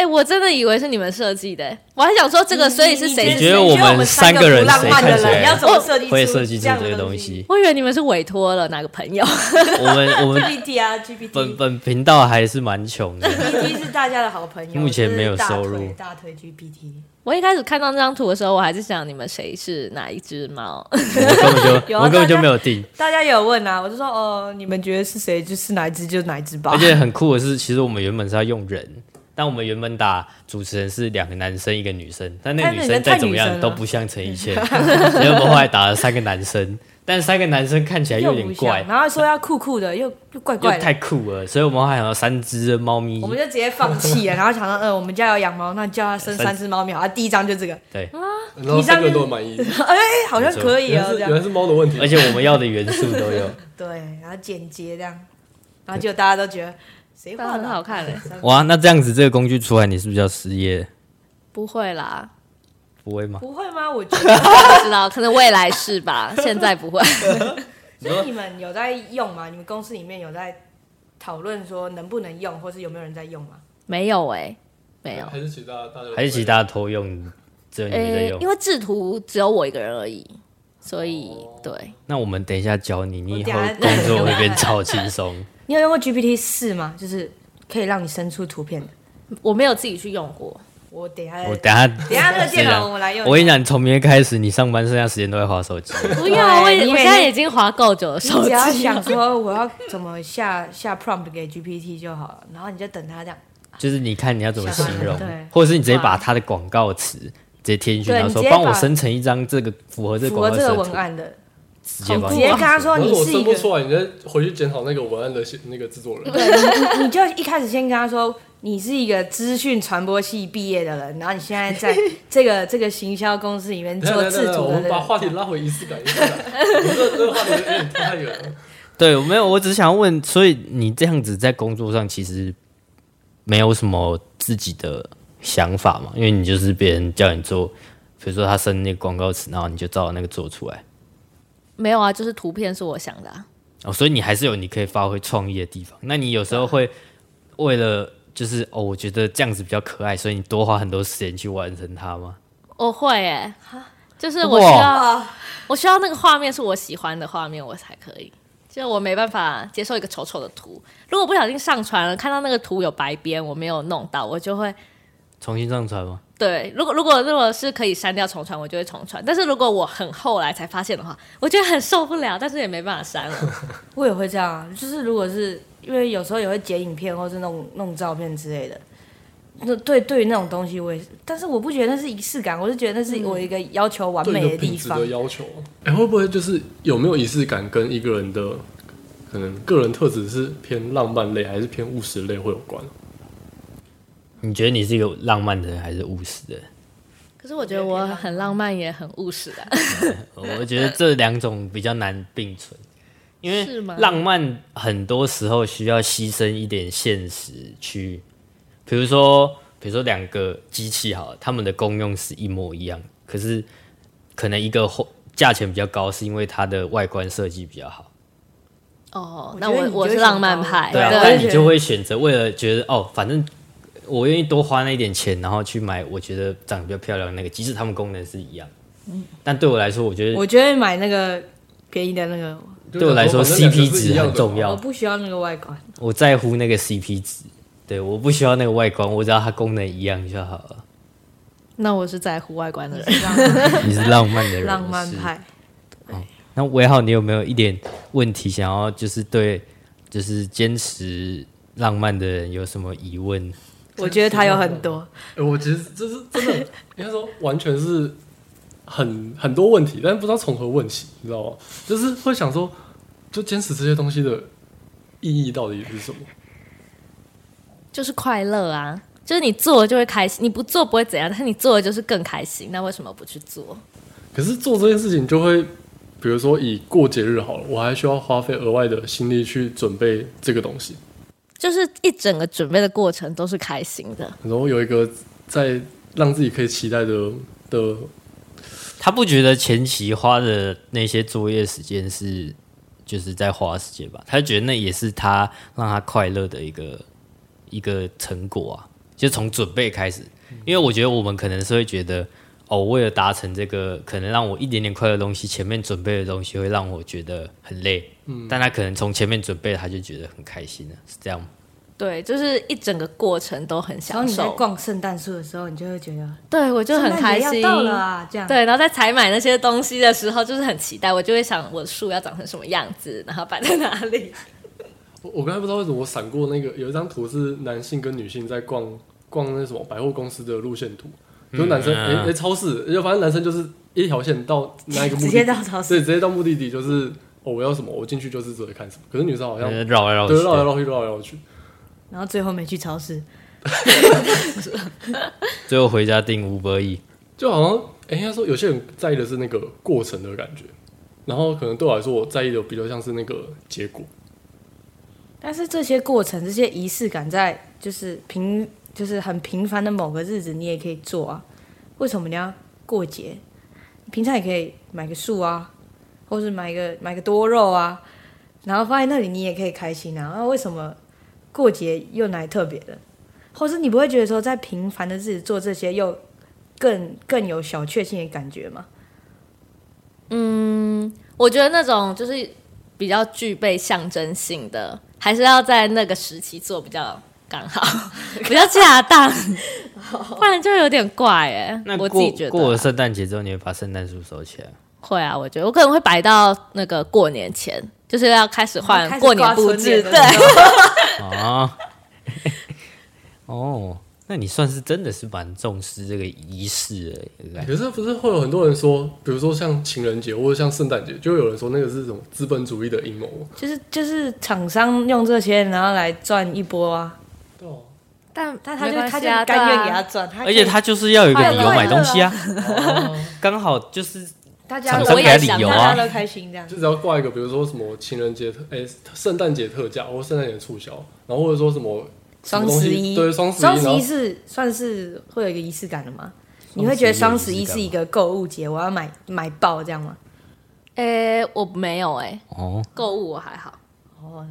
B: 哎、我真的以为是你们设计的、我还想说这个，所以是
A: 你
C: 哎
B: 谁
A: 觉？得我
C: 我
A: 们三
C: 三
A: 个人
C: 不浪漫的
A: 谁看谁
C: 人，你要怎么设计
A: 会设计出
C: 这样
A: 这个
C: 的
A: 东
C: 西？
A: 西。
B: 我以为你们是委托了哪个朋友。
A: 我们我 们
C: GPT 啊
A: 本
C: ，GPT，GPT
A: 本频道还是蛮穷的，
C: 是大家的好朋 友，
A: 目前没有
C: 就是大
A: 收
C: 推
A: 入
C: 大推 GPT，
B: 我一开始看到那张图的时候，我还在想你们谁是哪一只猫。
A: 我根本 就
C: 有啊
A: 我根本
C: 大家
A: 就没有定。
C: 大家也有问啊，我就说哦，你们觉得是谁？就是哪一只就哪一只吧
A: 而。且很酷的是，其实我们原本是要用人，但我们原本打主持人是两个男生一个女生，但那个
C: 但那
A: 女
C: 女
A: 生
C: 生
A: 再
C: 太
A: 怎么
C: 女
A: 样
C: 生
A: 都
C: 了
A: 不像陈奕 迅，所以我们后来打了三个男生，但三个男生看起来哎又有
C: 又
A: 点
C: 不
A: 怪
C: 像，，然后说要酷酷的，又又怪
A: 又
C: 怪的
A: 太，酷了，所以我们还想要三只猫咪
C: 我。们就直接放 弃了。然后想到，呃，我们家有养猫，那叫它生
A: 三
C: 三只猫咪好。啊，第一张就 这个，
A: 对，
D: 然后三个人都 很满意，
C: 哎，好像可以
D: 原
C: 哦，
D: 来是
C: 这
D: 原来
C: 样。
D: 是猫的问题
A: 而。且我们要的元素都有。
C: 对，然后简洁这样，然后就大家都觉得谁画的啊
B: 很好看欸
C: 三
A: 哇，那这样子这个工具出来，你是不是要失业？
B: 不会啦，
A: 不会吗？
C: 不会吗？我觉 得
B: 不知道，可能未来是吧，现在不会。
C: 所以你们有在用吗？你们公司里面有在讨论说能不能用，或是有没有人在用吗？
B: 没有哎、没有。
D: 还是其他大家
A: 还是其他偷用，只有你
C: 呃
A: 在
B: 诶
A: 用？
B: 呃因为制图只有我一个人而已，所以、对
A: 那我们等一下教你，你以后
C: 我等
A: 工
C: 一下
A: 作会变超轻松。
C: 你有用过 GPT 四吗？就是可以让你生出图片的。
B: 我没有自己去用过。
C: 我等一下，
A: 我等一下，
C: 呃等一下那个电
A: 是啊
C: 脑我们来用。
A: 我跟你讲，从明天开始，你上班剩下时间都在划 手机。
B: 不要，我已
C: 你
B: 我
C: 每
B: 现
C: 天
B: 在已经划够久了手
C: 你只
B: 机
C: 要
B: 了。
C: 想说我要怎么下下 prompt 给 GPT 就好了，然后你就等它这样。
A: 就是你看你要怎么形容
C: 小孩对，
A: 或者是你直接把它的广告词直接贴进去，
C: 对
A: 然后说
C: 你直接
A: 帮我
C: 把
A: 生成一张这个符合这个
C: 符
A: 广告
C: 合这
A: 词
C: 个
A: 的
C: 文
A: 图，
C: 案的，
A: 直接帮
C: 哦直
A: 你
C: 接跟他说
D: 然
C: 你
D: 后我
C: 是一
D: 生不
C: 个，
D: 出来，你再回去检讨那个文案的写那个制作人。
C: 对，你你就一开始先跟他说你是一个资讯传播系毕业的人，然后你现在在这个这个行销公司里面
D: 等一下
C: 做
D: 等一下
C: 制
D: 等一下
C: 图
D: 我
C: 的
D: 们
C: 人
D: 把，话题拉回仪式感，仪 式感，我们这这个话题有点太远了。
A: 对，我没有，我只是想要问，所以你这样子在工作上其实没有什么自己的想法嘛？因为你就是别人叫你做，比如说他生那个广告词，然后你就照着那个做出来。
B: 没有啊，就是图片是我想的、啊。
A: 哦，所以你还是有你可以发挥创意的地方。那你有时候会为了就是哦，我觉得这样子比较可爱，所以你多花很多时间去完成它吗？
B: 我会诶、就是我需要，啊我需要那个画面是我喜欢的画面，我才可以。就是我没办法接受一个丑丑的图，如果不小心上传了，看到那个图有白边，我没有弄到，我就会
A: 重新上传吗？
B: 对。如果如果如果是可以删掉重传，我就会重传。但是如果我很后来才发现的话，我觉得很受不了，但是也没办法删了。
C: 我也会这样啊。就是如果是因为有时候也会截影片或是弄弄照片之类的，那对对于那种东西我也是，但是我不觉得那是仪式感，我是觉得那是我一个要求完
D: 对
C: 美
D: 一
C: 的
D: 个
C: 地
D: 品质
C: 方
D: 的。要求。哎、会不会就是有没有仪式感跟一个人的可能个人特质是偏浪漫类还是偏务实类会有关？
A: 你觉得你是一个浪漫的人还是务实的人？
B: 可是我觉得我很浪漫，也很务实啊的。
A: 我觉得这两种比较难并存，因为
B: 是吗
A: 浪漫很多时候需要牺牲一点现实去，比如说，比如说两个机器好了，它们的功用是一模一样，可是可能一个货价钱比较高，是因为它的外观设计比较好，
B: 哦，
C: 我
B: 那
C: 觉得
B: 我
C: 你
B: 我
C: 就是会
B: 浪
C: 想
B: 漫
C: 到
B: 派，
A: 对啊，
C: 对
A: 那
C: 而
A: 你
C: 且
A: 就会选择为了觉得哦，反正我愿意多花那一点钱，然后去买我觉得长得比较漂亮的那个，即使它们功能是一样，但对我来说，我觉得
C: 我觉得买那个便宜的那个，
A: 对我来说
D: 就是两
A: CP
D: 个是一
A: 值
D: 样的
A: 很重要
C: 我。不需要那个外观。
A: 我在乎那个 CP 值，对，我不需要那个外观，我只要它功能一样就好了。
B: 那我是在乎外观的人。
A: 你是浪漫的人，
C: 浪漫
A: 是。
C: 派，
A: 那韦浩，你有没有一点问题想要就是对，就是坚持浪漫的人有什么疑问？
C: 我觉得他有很多。
D: 哎、我其实这是真的，应该说完全是很很多问题，但不知道从何问起，你知道吗？就是会想说，就坚持这些东西的意义到底是什么？
B: 就是快乐啊，就是你做了就会开心，你不做不会怎样，但是你做了就是更开心。那为什么不去做？
D: 可是做这件事情就会，比如说以过节日好了，我还需要花费额外的心力去准备这个东西。
B: 就是一整个准备的过程都是开心的。
D: 然后有一个在让自己可以期待的的，
A: 他不觉得前期花的那些作业时间是就是在花时间吧？他觉得那也是他让他快乐的一个一个成果啊，就从准备开始。因为我觉得我们可能是会觉得，哦，为了达成这个可能让我一点点快乐的东西，前面准备的东西会让我觉得很累。但他可能从前面准备，他就觉得很开心了，是这样吗？
B: 对，就是一整个过程都很
C: 然后
B: 享
C: 你在
B: 受。
C: 逛圣诞树的时候，你就会觉得
B: 对，我就很开
C: 圣诞节
B: 心。
C: 要到了啊，这样。
B: 对，然后在采买那些东西的时候，就是很期待，我就会想我的树要长成什么样子，然后摆在哪里。
D: 我我刚才不知道为什么我闪过那个有一张图是男性跟女性在逛逛那什么百货公司的路线图，就是男生
A: 嗯
D: 诶
A: 嗯
D: 诶、超市，就反正男生就是一条线到那一个目的地
C: 直接到超市
D: 对，直接到目的地就是哦我要什么，我进去就是只会看什么。可是女生好像
A: 呃绕来绕去
D: 对绕来
A: 的，
D: 绕去绕来绕去，
C: 然后最后没去超市，
A: 最后回家订五百亿。
D: 就好像诶应该说有些人在意的是那个过程的感觉，然后可能对我来说我在意的比较像是那个结果。
C: 但是这些过程、这些仪式感，在就是平就是很平凡的某个日子，你也可以做啊。为什么你要过节？你平常也可以买个树啊，或是买个买个多肉啊，然后放在那里你也可以开心啊。那为什么过节又来特别的？或是你不会觉得说在平凡的日子做这些又更更有小确幸的感觉吗？
B: 我觉得那种就是比较具备象征性的，还是要在那个时期做比较刚 好，比较恰当，不然就有点怪哎、
A: 那
B: 我自
A: 过
B: 己觉得
A: 过了
B: 啊
A: 圣诞节之后，你会把圣诞树收起来吗？
B: 会啊，我觉得我可能会摆到那个过年前，就是要开始换
C: 开始
B: 过年
C: 挂
B: 布
C: 春
B: 置，
C: 联的
B: 对，
A: 啊，哦，那你算是真的是蛮重视这个仪式的，对不对？
D: 可是不是会有很多人说，比如说像情人节或者像圣诞节，就会有人说那个是什么资本主义的阴谋？
C: 就是就是厂商用这些，然后来赚一波啊。
D: 对、啊，
E: 但
C: 但他就
E: 没关
C: 他就
E: 系啊
C: 甘愿给
E: 对
C: 他
E: 啊
C: 转，他可
A: 而
C: 以
A: 且他就是要有一个
B: 快
A: 理
B: 乐
A: 由买东西啊，
D: 哦
A: 刚好就是
C: 大家
A: 厂
C: 都
A: 商给他
B: 也
A: 理
B: 想
A: 由
C: 大
A: 啊
C: 家，都开心这样
D: 就。只要挂一个，比如说什么情人节特，哎、圣诞节特价或圣诞节促销，然后或者说什么什么
C: 双
D: 东
C: 十
D: 西
C: 一，
D: 对双十一，
C: 双
D: 然
C: 十一
D: 后
C: 是算是会有一个仪式感的吗？
A: 双十一
C: 你会觉得双十
A: 有仪
C: 一
A: 式
C: 是
A: 感吗
C: 一个购物节，我要买买爆这样 吗？
B: 诶、欸我没有诶、
A: 哦，
B: 购物我还好。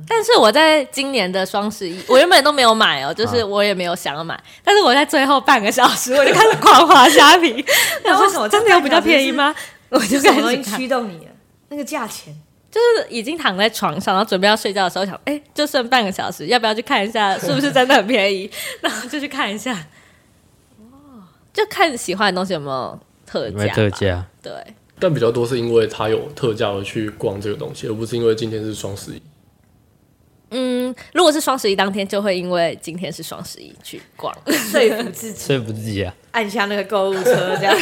B: 但是我在今年的双十一，我原本都没有买哦，就是我也没有想要买，但是我在最后半个小时我就开始狂滑虾皮，然后
C: 为什么
B: 真的有比较便宜吗？我就
C: 什
B: 开
C: 么东
B: 始
C: 西
B: 看，
C: 驱动你了？那个价钱，
B: 就是已经躺在床上，然后准备要睡觉的时候想，哎、就剩半个小时，要不要去看一下是不是真的很便宜？然后就去看一下，哦，就看喜欢的东西有没哦有特
A: 有
B: 价
A: 没有
B: 吧，
A: 特价？
B: 对，
D: 但比较多是因为它有特价而去逛这个东西，而不是因为今天是双十一。
B: 嗯，如果是双十一当天，就会因为今天是双十一去逛。
C: 说服自己
A: 说服自己啊，
C: 按下那个购物车 这样，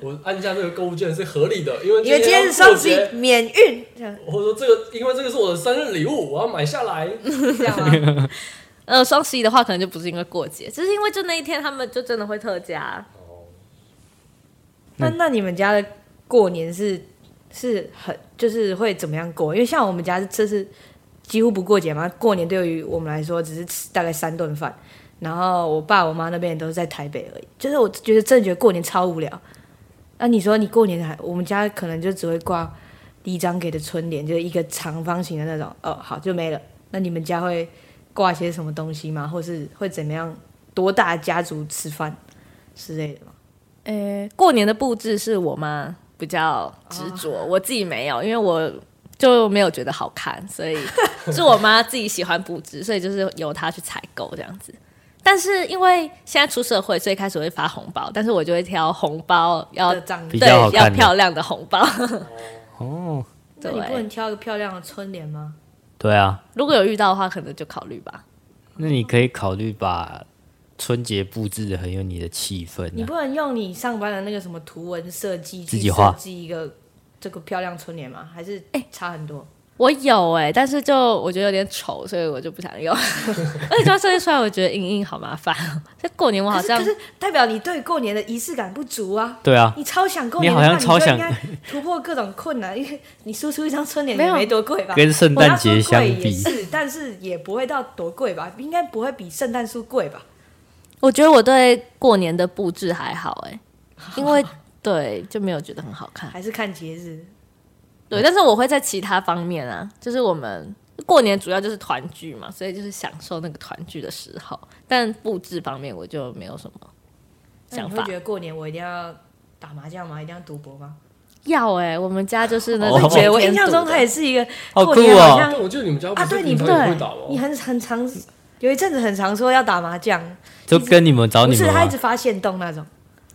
D: 我按下这个购物键是合理的，因为
C: 因为今天是双十一免运，这样
D: 或者说这个，因为这个是我的生日礼物，我要买下 来。
C: 这样吗？
B: 呃，双十一的话，可能就不是因为过节，只是因为就那一天他们就真的会特价。
C: 那那你们家的过年是是很就是会怎么样过？因为像我们家这是几乎不过节嘛，过年对于我们来说只是吃大概三顿饭，然后我爸我妈那边都是在台北而已。就是我觉得真的觉得过年超无聊。那、你说你过年还我们家可能就只会挂第一张给的春联，就是一个长方形的那种，哦好就没了。那你们家会挂些什么东西吗？或是会怎么样？多大的家族吃饭之类的吗？
B: 呃、过年的布置是我妈比较执着，我自己没有，因为我就没有觉得好看，所 以是我妈自己喜欢布置，所以就是由她去采购这样子。但是因为现在出社会，所以开始会发红包，但是我就会挑红包要
C: 的账
A: 比
B: 对
A: 较好
B: 要
A: 看的
B: 漂亮的红包。
A: 哦，
C: 那你不
B: 对
C: 能挑一个漂亮的春联吗？
A: 对啊，
B: 如果有遇到的话，可能就考虑吧。
A: 那你可以考虑把春节布置的很有你的气氛、
C: 你
A: 啊，
C: 不能用你上班的那个什么图文设计
A: 自
C: 去
A: 己画哎
C: 设计一个这个漂亮春联吗？还是差很多？
B: 我有哎、但是就我觉得有点丑，所以我就不想 用。而且就设计出来，我觉得印印好麻烦哦。这过年我好
C: 可是
B: 像
C: 可是代表你对过年的仪式感不足啊！
A: 对啊，
C: 你超想过
A: 你
C: 年的
A: 好
C: 话，
A: 像
C: 你
A: 超
C: 就应
A: 想
C: 该突破各种困难，因为你输出一张春 联
B: 没
C: 也
B: 有
C: 没多贵吧？
A: 跟圣
C: 我要
A: 诞
C: 说
A: 节相
C: 贵也
A: 比，
C: 是，但是也不会到多贵吧？应该不会比圣诞树贵吧？
B: 我觉得我对过年的布置还好哎、因为对就没有觉得很好看。
C: 还是看节日？
B: 对，但是我会在其他方面啊，就是我们过年主要就是团聚嘛，所以就是享受那个团聚的时候。但布置方面我就没有什么
C: 那
B: 想
C: 你会
B: 法
C: 觉。得过年我一定要打麻将吗？一定要赌博吗？
B: 要哎、我们家就是那
A: 哦
B: 种
C: 觉得我
B: 天
C: 印象
B: 赌
C: 中
B: 的
C: 它也是一个
A: 好
C: 过
A: 酷
C: 年好
A: 哦！
C: 像
D: 但我记得你们家不
C: 啊，
D: 是
C: 对，你
D: 平
C: 不
D: 常
C: 对
D: 也会打吗？，
B: 哦
C: 你很很常有一阵子很常说要打麻将，
A: 就跟你们找
C: 不
A: 哦你
C: 是
A: 们
C: 他
A: 玩
C: 一直，发现洞那种，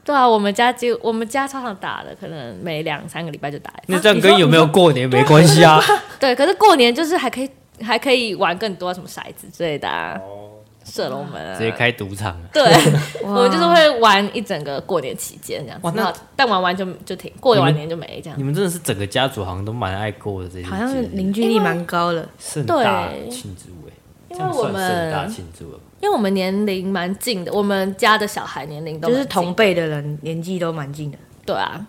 B: 对啊，我们家就我们家超常打的，可能每两三个礼拜就打一次。
A: 那这样跟有没有过年没关系 啊？
B: 对，可是过年就是还可以还可以玩更多什么骰子之类的啊，
C: 哦
B: 射龙门啊
A: 直。接开赌场啊！
B: 对，我们就是会玩一整个过年期间这样子
A: 哇，那
B: 然后但玩完就就停，过
A: 你
B: 完
A: 们
B: 年就没这样
A: 你。们真的是整个家族好像都蛮爱过的这些节日，
C: 好像凝聚力蛮高的。
A: 盛大
B: 对
A: 庆祝哎，这
B: 因
A: 样
B: 为我
A: 算盛大
B: 们
A: 庆祝了。
B: 因为我们年龄蛮近的，我们家的小孩年龄都
C: 就
B: 蛮近
C: 是同辈的人年纪都蛮近的，
B: 对啊，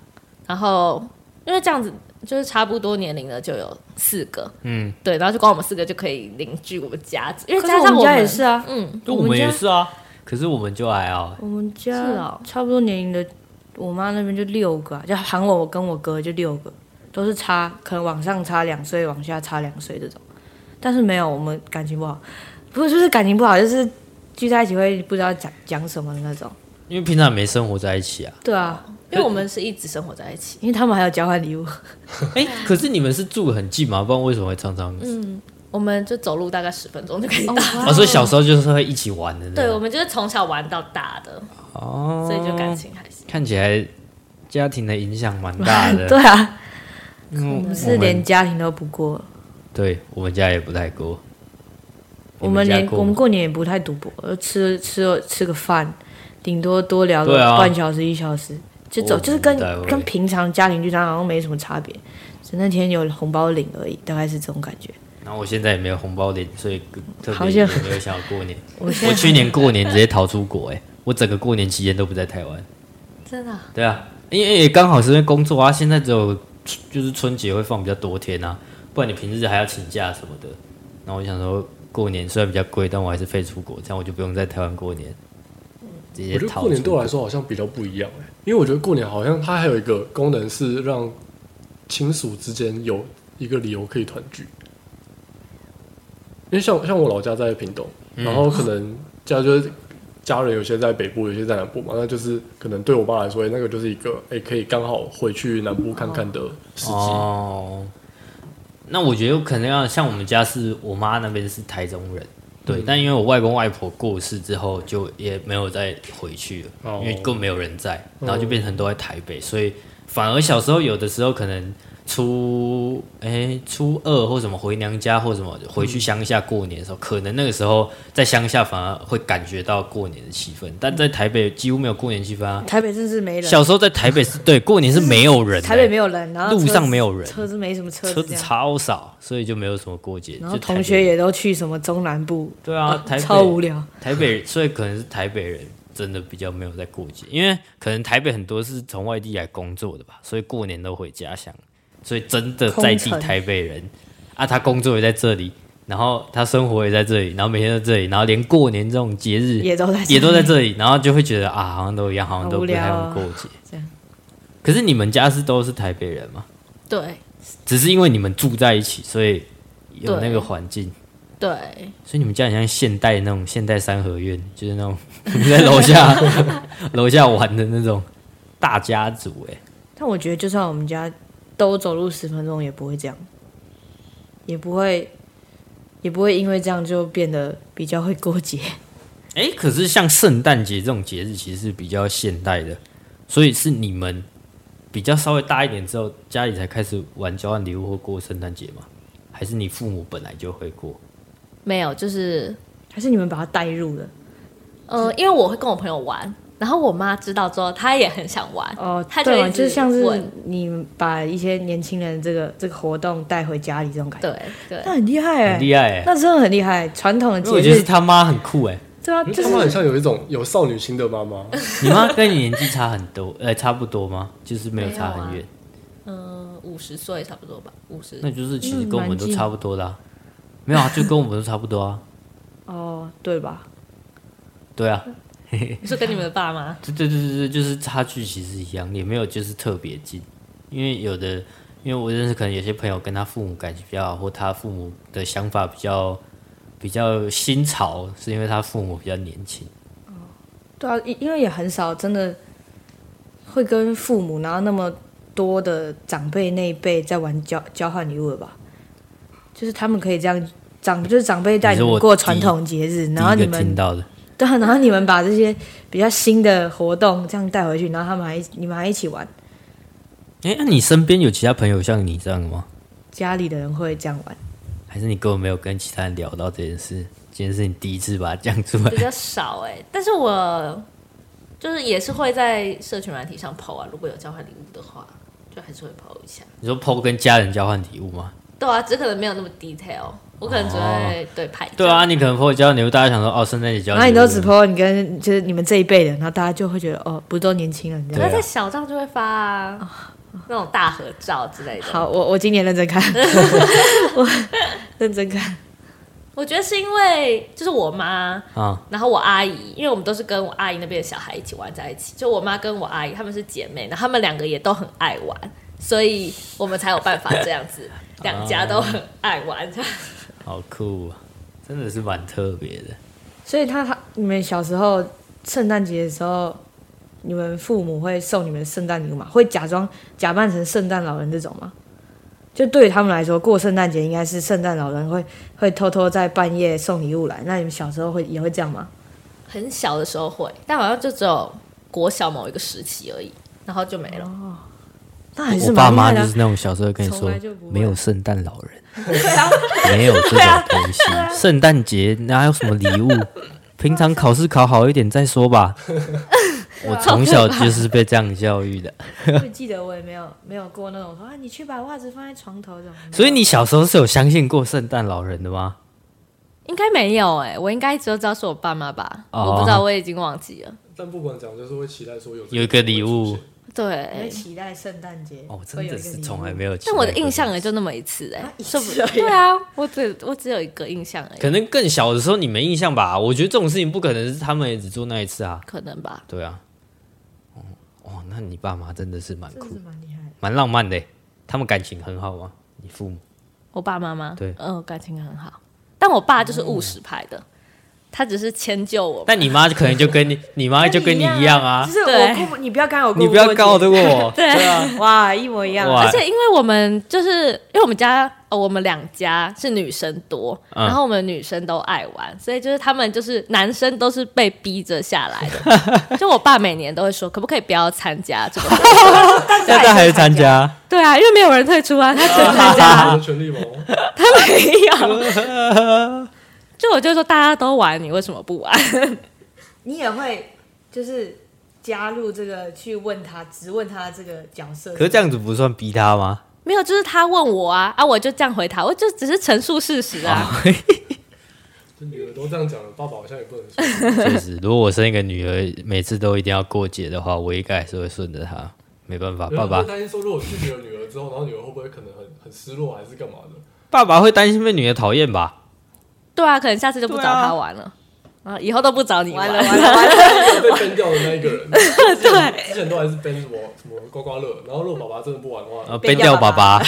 B: 然后因为这样子就是差不多年龄的就有四个，
A: 嗯，
B: 对，然后就光我们四个就可以凝聚我们家族，因为
C: 可是
B: 加
C: 我
B: 上
C: 们
B: 我
C: 家
B: 们
C: 也是啊，
B: 嗯，
A: 就
C: 我
A: 我
C: 们
A: 们也
C: 家
A: 是啊，可是我们就还好，
C: 我们家
B: 是哦
C: 差不多年龄的，我妈那边就六个啊、就喊我我跟我哥就六个，都是差，可能往上差两岁，往下差两岁这种，但是没有我们感情不好，不是就是感情不好，就是聚在一起会不知道讲讲什么的那种，
A: 因为平常也没生活在一起啊。
C: 对啊，
B: 因为我们是一直生活在一起。
C: 因为他们还有交换礼物。
A: 哎，可是你们是住很近嘛，不然为什么会常常？
C: 嗯
B: 我们就走路大概十分钟就可以到。
A: 哦，
C: 啊
A: 所以小时候就是会一起玩的。
B: 对，
A: 那
B: 我
A: 种，
B: 们就是从小玩到大的，
A: 哦，
B: 所以就感情还行。
A: 看起来家庭的影响蛮大的。
C: 对啊，
A: 嗯，我
C: 我们是连家庭都不过，
A: 对我们家也不太过，
C: 我们
A: 家
C: 连
A: 过
C: 我
A: 吗
C: 们过年也不太赌博，呃吃吃吃个饭，顶多多聊个
A: 对啊
C: 半小时一小时，就走，
A: 我
C: 就是跟
A: 不太会
C: 跟平常家庭聚餐好像没什么差别，只那天有红包领而已，大概是这种感觉。
A: 然后我现在也没有红包领，所以特
C: 好
A: 别也
C: 像
A: 没有想要过年。
C: 我现
A: 我
C: 在
A: 去年过年直接逃出国、哎，我整个过年期间都不在台湾。
B: 真的啊、
A: 对啊，因为也刚好是因为工作啊，现在只有就是春节会放比较多天啊，不然你平日还要请假什么的。然后我就想说，过年虽然比较贵，但我还是飞出国，这样我就不用在台湾过年。直接
D: 我觉得
A: 逃
D: 过年
A: 出
D: 对我
A: 国
D: 来说好像比较不一样、欸、因为我觉得过年好像它还有一个功能是让亲属之间有一个理由可以团聚。因为像像我老家在屏东，
A: 嗯
D: 然后可能家就是家人有些在北部，有些在南部嘛，那就是可能对我爸来说，欸那个就是一个哎、欸可以刚好回去南部看看的时机。
A: 哦，那我觉得可能要像我们家是我妈那边是台中人，对，
D: 嗯
A: 但因为我外公外婆过世之后，就也没有再回去了，
D: 哦
A: 因为更没有人在，然后就
D: 哦
A: 变成都在台北，所以反而小时候有的时候可能初哎、初二或什么回娘家或什么回去乡下过年的时候，可能那个时候在乡下反而会感觉到过年的气氛，但在台北几乎没有过年气氛啊。
C: 台北真是没人，
A: 小时候在台北是对过年是没有人的、
C: 台北没有人，然后
A: 路
C: 车
A: 上
C: 子
A: 没有人
C: 车子没什么车
A: 车
C: 这
A: 子
C: 样
A: 超少，所以就没有什么过节。
C: 然
A: 就
C: 后
A: 台北
C: 同学也都去什么中南部，
A: 对啊，台北
C: 超无聊。
A: 台北，所以可能是台北人真的比较没有在过节，因为可能台北很多是从外地来工作的吧，所以过年都回家乡，所以真的在地
C: 空城
A: 台北人啊，他工作也在这里，然后他生活也在这里，然后每天都在这里，然后连过年这种节日
C: 也都在这里
A: 也都在这里，然后就会觉得啊，好像都一样，好像都不太
C: 好
A: 用
C: 无聊哦
A: 过节。
C: 这样
A: 可是你们家是都是台北人吗？
B: 对
A: 只是因为你们住在一起，所以有
B: 对
A: 那个环境。
B: 对，
A: 所以你们家很像现代那种现代三合院，就是那种 你在楼下 楼下玩的那种大家族哎、
C: 但我觉得，就算我们家都走路十分钟，也不会这样，也不会，也不会因为这样就变得比较会过节。
A: 哎、可是像圣诞节这种节日其实是比较现代的，所以是你们比较稍微大一点之后，家里才开始玩交换礼物或过圣诞节吗？还是你父母本来就会过？
B: 没有，就是
C: 还是你们把它带入了？
B: 呃，因为我会跟我朋友玩，然后我妈知道之后，她也很想玩，
C: 哦，
B: 她就
C: 对啊，
B: 一直
C: 就像是
B: 问
C: 你把一些年轻人这个这个活动带回家里这种感觉，
B: 对对
C: 那很厉害哎、
A: 很厉害哎、
C: 那真的很厉害，传统的
A: 因为我
C: 节
A: 觉得是
C: 日，
A: 他妈很酷 哎、
C: 对啊，
D: 因为
C: 就
D: 他们很
C: 是
D: 像有一种有少女心的妈妈，
A: 你妈跟你年纪差很多，呃、差不多吗？就是没有差很
B: 没
A: 远，
B: 有嗯，五十岁差不多吧，五十
A: 那就是其实
C: 嗯
A: 跟我们
C: 蛮
A: 都
C: 近
A: 差不多的、啊，没有啊，就跟我们都差不多啊。
C: 哦，对吧？
A: 对啊，
B: 你说跟你们的爸 妈？
A: 对对对对对，就是差距其实一样，也没有就是特别近，因为有的，因为我认识可能有些朋友跟他父母感情比较好，或他父母的想法比较比较新潮，是因为他父母比较年轻。
C: 对啊，因因为也很少真的会跟父母，然后那么多的长辈那一辈在玩交交换礼物了吧？就是他们可以这样长，就是长辈
A: 你
C: 带你
A: 说
C: 们
A: 我
C: 过
A: 第一
C: 传统节日，然后
A: 第
C: 你
A: 一个听
C: 们
A: 到的，
C: 对啊，然后你们把这些比较新的活动这样带回去，然后他们还一你们还一起玩，
A: 哎，那你身边有其他朋友像你这样的吗？
C: 家里的人会这样玩。
A: 还是你根本没有跟其他人聊到这件事？今天是你第一次把它讲出来
B: 比，较少哎、但是我就是也是会在社群软体上抛啊，如果有交换礼物的话，就还是会抛一下。
A: 你说 PO 跟家人交换礼物吗？
B: 对啊，只可能没有那么 detail，我可能只
C: 哦
B: 会对拍一张
A: 对啊，，你可能 PO 交换礼物，大家想说哦，圣诞节交
C: 然
A: 换
C: 后
A: 礼
C: 你
A: 物，
C: 都只 po 你跟就是你们这一辈的，然后大家就会觉得哦，不都年轻人这
A: 对
C: 样。
B: 那
A: 啊
B: 在小账就会发啊，那种大合照之类的。
C: 好，我我今年认 真看，我认真看。
B: 我觉得是因为就是我妈，
A: 啊、
B: 然后我阿姨，因为我们都是跟我阿姨那边的小孩一起玩在一起，就我妈跟我阿姨她们是姐妹，然后她们两个也都很爱玩，所以我们才有办法这样子，两家都很爱玩。
A: 好酷啊，真的是蛮特别的。
C: 所以他他你们小时候圣诞节的时候，你们父母会送你们圣诞礼物吗？会假装假扮成圣诞老人这种吗？就对于他们来说，过圣诞节应该是圣诞老人会会偷偷在半夜送礼物来。那你们小时候会也会这样吗？
B: 很小的时候会，但好像就只有国小某一个时期而已，然后就没了。
C: 那还是
A: 我爸
C: 蛮厉
A: 妈
C: 害的
A: 就
C: 啊、
A: 是那种小时候跟你
C: 从
A: 说
C: 来就不会啊
A: 没有圣诞老人， 没有这种东西。圣 诞节哪有什么礼物？平常考试考好一点再说吧。我从小就是被这样教育的，
C: 我记得我也没有没有过那种说啊，你去把袜子放在床头这种。没有
A: 所以你小时候是有相信过圣诞老人的吗？
B: 应该没有哎、我应该只有知道是我爸妈吧，
A: 哦
B: 我不知道，我已经忘记了。
D: 但不管讲，就是会期待说有
A: 有一个礼物
C: 你会
B: 对，
C: 期待圣诞节
A: 哦，真的是从来
C: 有。
A: 没有期待
B: 但
A: 过。
B: 我的印象也就那么一次哎、
C: 啊一
B: 是不
C: 次而已
B: 对啊，我只我只有一个印象而已，
A: 可能更小的时候你没印象吧？我觉得这种事情不可能是他们也只做那一次啊。
B: 可能吧。
A: 对啊，哦，哦那你爸妈真的是蛮
C: 真
A: 酷
C: 是，蛮厉害的。
A: 蛮浪漫的耶。他们感情很好吗？你父母
B: 我爸妈妈
A: 对
B: 嗯、感情很好，但我爸就是务实派的，他只是迁就我。
A: 但你妈可能就跟你， 你妈就跟你一样啊
C: 哎就。是
B: 对
C: 我过，你不要干扰我过
A: 你
C: 不
A: 不
C: 过啊节，
A: 要告得我，
B: 对，
C: 哇，一模一样。
A: 哇
B: 而且因为我们就是因为我们家哦，我们两家是女生多，
A: 嗯
B: 然后我们女生都爱玩，所以就是他们就是男生都是被逼着下来 的。就我爸每年都会说，可不可以不要参加这个活动？
A: 啊现在还参加。
B: 对啊，因为没有人退出啊，他只 能参加啊、
D: 我的权利吗？
B: 他没有。就我就说大家都玩，你为什么不玩？
C: 你也会就是加入这个去问他，直问他这个角 色。
A: 可是这样子不算逼他吗？
B: 没有，就是他问我啊，啊，我就这样回他，我就只是陈述事实啊。
D: 就女儿都这样讲了，爸爸好像也不能说。
A: 确实，如果我生一个女儿，每次都一定要过节的话，我应该还是会顺着她。没办
C: 啊
A: 法，爸
D: 然后
A: 爸
D: 啊就担心说，如果拒绝了女儿之后，然后女儿会不会可能很很失落，还是干嘛的？
A: 爸爸会担心被女儿讨厌吧？
B: 对啊，可能下次就不找他玩了，啊，以后都不找你
C: 完
B: 玩
C: 了完了完了，
D: 被 ban 掉的那一个 人，对，之前都还是 ban 什么什么刮刮乐，然后如果爸爸真的不玩的
A: 呃，
C: 啊
D: 话，
A: 背掉爸爸，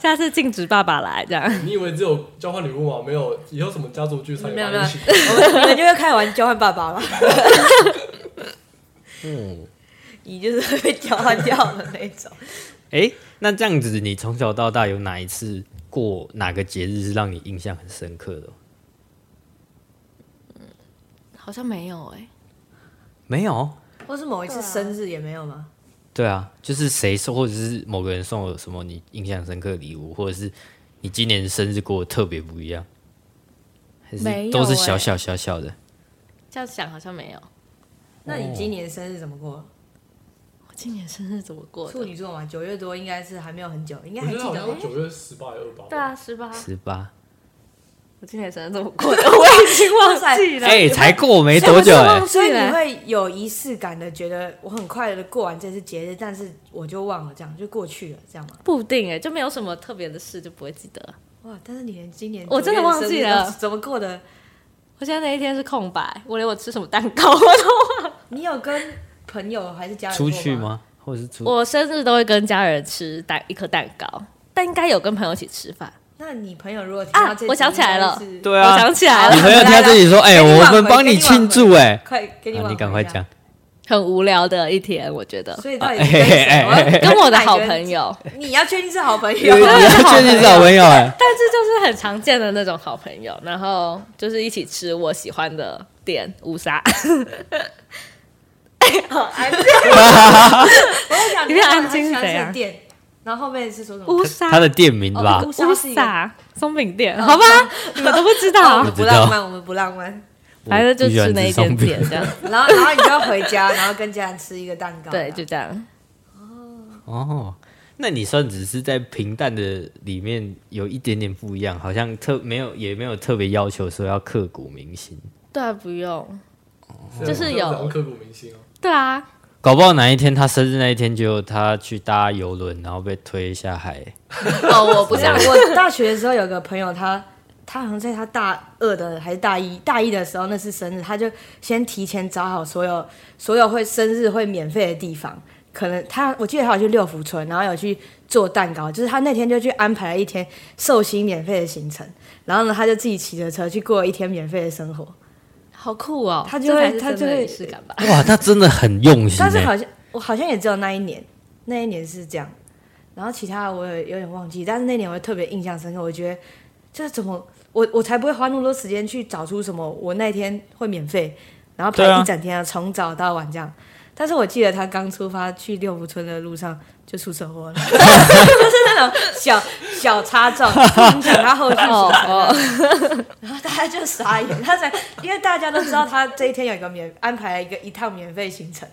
B: 下次禁止爸爸来这样。
D: 你以为只有交换礼物吗？没有，以后什么家族聚餐也
C: 没有
D: 放
C: 没有
D: 一起。
C: 我们你们就会开始玩交换爸爸了。
A: 嗯，
C: 你就是会被交换掉的那种。
A: 诶，那这样子，你从小到大有哪一次过哪个节日是让你印象很深刻的？
B: 好像没有哎、
A: 没有。
C: 或是某一次生日也没有吗？
A: 对啊，就是谁送，或者是某个人送了什么你印象深刻的礼物，或者是你今年生日过得特别不一样，还
B: 没
A: 是
B: 有
A: 都是
B: 欸
A: 小小小小的。
B: 这样想好像没有。
C: 那你今年生日怎么过？
B: 我今年生日怎么过
C: 处
B: 的？
C: 女座嘛，九月多应该是还没有很久，应该
D: 我
C: 还
D: 觉
C: 记
D: 得好
C: 得
D: 像
C: 吗。
D: 九月十八、二八。
B: 对啊，十八。
A: 十八，
B: 我今年生日怎么 过的？我已经忘记了。
A: 哎、才过没多久、
B: 是
A: 哎，
B: 忘
C: 所以
B: 记了
C: 你会有仪式感的，觉得我很快的过完这次节日，但是我就忘了，这样就过去了，这样吗？
B: 不一定哎、就没有什么特别的事，就不会记得。
C: 哇！但是你连今年
B: 我真的
C: 九月
B: 忘记了
C: 生日都怎么过的。
B: 我现在那一天是空白，我连我吃什么蛋糕我都
C: 你有跟朋友还是家人
A: 出
C: 过
A: 去？吗？或者是出
B: 我生日都会跟家人吃蛋一颗蛋糕，但应该有跟朋友一起吃饭。
C: 那你朋友如果听到
B: 啊
C: 这集
B: 我想起来了
C: 应该是
A: 对啊
B: 我想起来了
A: 你，朋友听到这里说：“哎、
C: 给你挽
A: 我
C: 回
A: 们帮你庆祝、哎、
C: 快给你挽
A: 啊
C: 回一
A: 你
C: 下
A: 赶快 讲。，
B: 很无聊的一天，我觉得。
C: 所以到底是跟谁
A: 哎哎哎哎
B: 跟我的好朋， 友，
C: 我你要确定是好 朋
A: 因
C: 友
A: 为你。要确定是好朋友哎、
B: 但是就是很常见的那种好朋友，然后就是一起吃我喜欢的店乌沙。
C: 好安静。我在想，
B: 你的安静啊
C: 喜
B: 是
C: 欢
B: 怎
C: 吃
B: 样
C: 的店，然后后面是说什么？
B: 乌沙，
A: 他 的店名是吧
C: 哦？乌
B: 乌
C: 沙是一个
B: 沙松饼店，好吧，哦 你们都不知道
C: 我们，
A: 知
C: 不
A: 道
C: 浪漫，我们不浪漫。
A: 我
B: 反正就
A: 不喜欢
B: 吃那一间
A: 松饼
B: 店这样。
C: 然后，然后你就要回家，然后跟家人吃一个蛋糕。
B: 对，就这样。
A: 哦，那你算只是在平淡的里面有一点点不一样，好像特没有也没有特别要求说要刻骨铭心，
B: 对啊，不用。
D: 对啊
B: 就是有
D: 这样刻骨铭心啊。
B: 对啊，
A: 搞不好哪一天他生日那一天就他去搭游轮，然后被推下海。
B: 哦，我不
C: 我想
B: 想，
C: 我大学的时候有个朋友，他他好像在他大二的还是大一大一的时候，那是生日，他就先提前找好所有所有会生日会免费的地方。可能他，我记得他有去六福村，然后有去做蛋糕，就是他那天就去安排了一天寿星免费的行程，然后呢，他就自己骑着车去过了一天免费的生活。
B: 好酷哦。
C: 他
B: 这
C: 就
B: 才
C: 会
B: 是
C: 他
B: 真
C: 就
B: 的
C: 会
B: 仪式感吧。
A: 哇，他真的很用心、
C: 但是
A: 欸，
C: 好像我好像也只有那一年，那一年是这样，然后其他的我也有点忘记，但是那年我特别印象深刻，我觉得就是怎么我我才不会花那么多时间去找出什么我那天会免费，然后
A: 对啊
C: 排一整天啊，从早到晚这样，但是我记得他刚出发去六福村的路上就出车祸了， 就是那种小小擦 撞，影响他后续
B: 哦
C: 生产
B: 哦，
C: 然后 大家就傻眼，他才因为大家都知道他这一天有一个免安排了一个一趟免费行程，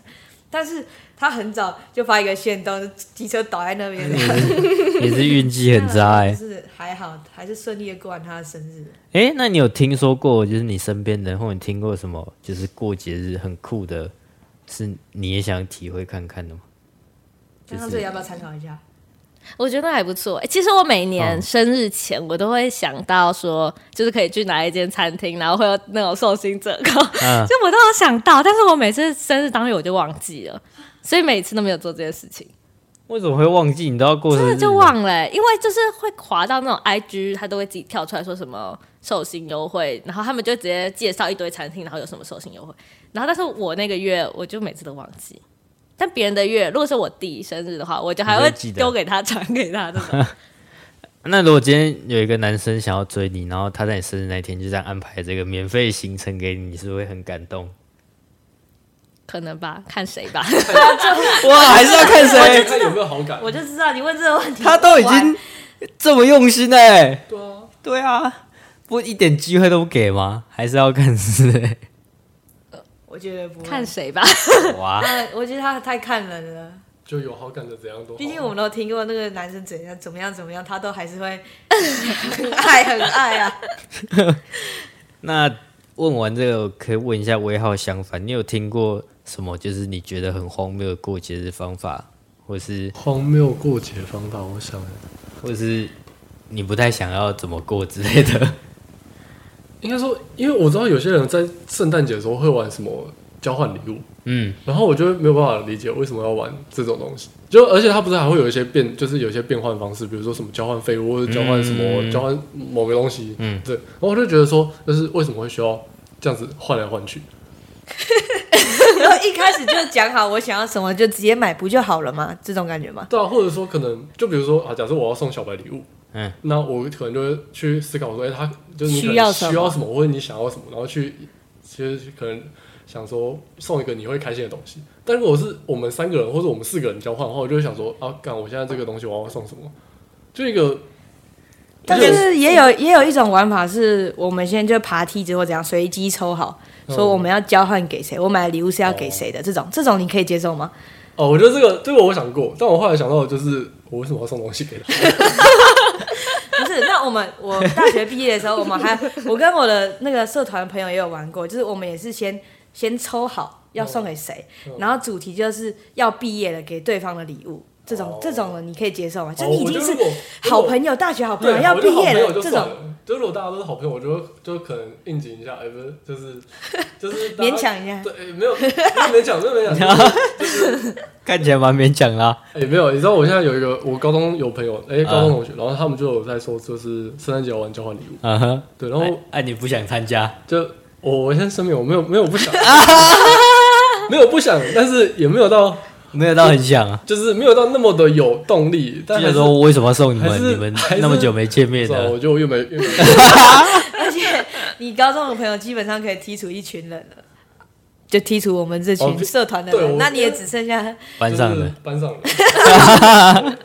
C: 但是他很早就发一个线动，机车倒在那边，
A: 也是运气很差哎、
C: 就是还好，还是顺利的过完他的生日。
A: 哎、那你有听说过，就是你身边的人，或者你听过什么，就是过节日很酷的，是你也想体会看看的吗？
C: 那他这里要不要参考一下？
B: 我觉得还不错、欸其实我每年
A: 嗯
B: 生日前，我都会想到说，就是可以去哪一间餐厅，然后会有那种寿星折扣，
A: 嗯
B: 就我都有想到，但是我每次生日当日我就忘记了，所以每次都没有做这件事情，
A: 为什么会忘记？你都要过生
B: 真
A: 日啊
B: 的
A: 了
B: 就忘了、欸因为就是会滑到那种 IG，它都会自己跳出来说什么寿星优惠，然后他们就直接介绍一堆餐厅，然后有什么寿星优惠，然后但是我那个月我就每次都忘记。但别人的月，如果是我弟生日的话，我就还
A: 你
B: 会
A: 会记得
B: 丢给他、传给他这种。
A: 那如果今天有一个男生想要追你，然后他在你生日那天就这样安排这个免费行程给你，你是不是会很感动？
B: 可能吧，看谁 吧。
A: 哇，还是要看
D: 看
A: 谁？
D: 看哎有没有好感。
C: 我就知道你问这个问题，
A: 他都已
C: 完
A: 经这么用心哎、
D: 对啊，
A: 对啊，不一点机会都不给吗？还是要看是谁？
C: 我觉得不会
B: 看谁吧，
A: 哇，
C: 他我觉得他太看人了。
D: 就有好感的怎样都好。
C: 毕竟我们都听过那个男生怎样怎么样怎么样，他都还是会 很爱很爱啊。
A: 那问完这个，可以问一下威浩相反，你有听过什么？就是你觉得很荒谬的过节日方法，或是
D: 荒谬过节方法，我想
A: 或是你不太想要怎么过之类 的？
D: 应该说，因为我知道有些人在圣诞节的时候会玩什么交换礼物，
A: 嗯，
D: 然后我就没有办法理解为什么要玩这种东西。就而且它不是还会有一些变，就是有一些变换方式，比如说什么交换废物，或者交换什么、
A: 嗯
D: 交换某个东西，
A: 嗯，
D: 对。然后我就觉得说，就是为什么会需要这样子换来换去？
C: 然后一开始就讲好我想要什么，就直接买不就好了嘛？这种感觉吗？
D: 对啊，或者说可能就比如说啊，假设我要送小白礼物，
A: 嗯，
D: 那我可能就会去思考说，哎、他就是你可能
C: 需要什么
D: 需要什么，或者你想要什么，然后去其实可能想说送一个你会开心的东西。但如果是我们三个人或者我们四个人交换的话，我就会想说啊，干，我现在这个东西我要送什么？就一个，
C: 但是也有也有一种玩法是，我们现在就爬梯子或怎样随机抽好，
D: 嗯
C: 说我们要交换给谁，我买的礼物是要给谁的，这种这种你可以接受吗？
D: 哦，我觉得这个这个我想过，但我后来想到的就是我为什么要送东西给 他？哦
C: 不是，那我们我大学毕业的时候，我们 还我跟我的那个社团朋友也有玩过，就是我们也是先先抽好要送给谁，
D: 嗯
C: 然后主题就是要毕业了给对方的礼物，这种、
D: 哦
C: 这种的你可以接受吗？就
D: 哦
C: 你已
D: 我
C: 经
D: 觉 得
C: 是
D: 如果
C: 好朋友，大学好朋
D: 对
C: 友，要
D: 我
C: 毕
D: 觉得好
C: 业
D: 朋友
C: 了
D: 就
C: 这
D: 算
C: 种，
D: 了，就如果大家都是好朋友，我就就可能应景一下，哎、不是， 就是就是大家
C: 勉强一下。
D: 对，没有，没有勉强，没有勉强。
A: 看起来蛮勉强啦、
D: 哎、没有，你知道我现在有一个，我高中有朋友，哎、高
C: 嗯
D: 中同学，然后他们就有在说，就是圣诞节要玩交换礼物，
A: 嗯哼，
D: 对，然
A: 然
D: 后
A: 后哎、啊你不想参加？
D: 就我我先声明，我没有没有 不想，没有不想，但是也没有到，
A: 没有到很想 啊。
D: 就是没有到那么的有动力，但
A: 记
D: 还
A: 得
D: 是
A: 说，我为什么要送你
D: 还
A: 们？
D: 是
A: 你们
D: 还是
A: 那么久没见面
D: 算了
A: 了
D: 我，就越没越没，
C: 而且你高中的朋友基本上可以剔除一群人了，就剔除我们这
D: 哦
C: 群
D: 对
C: 社团的
D: 对
C: 人，
D: 我
C: 那你也只剩下
A: 班上
D: 就是
A: 的。
D: 班上的。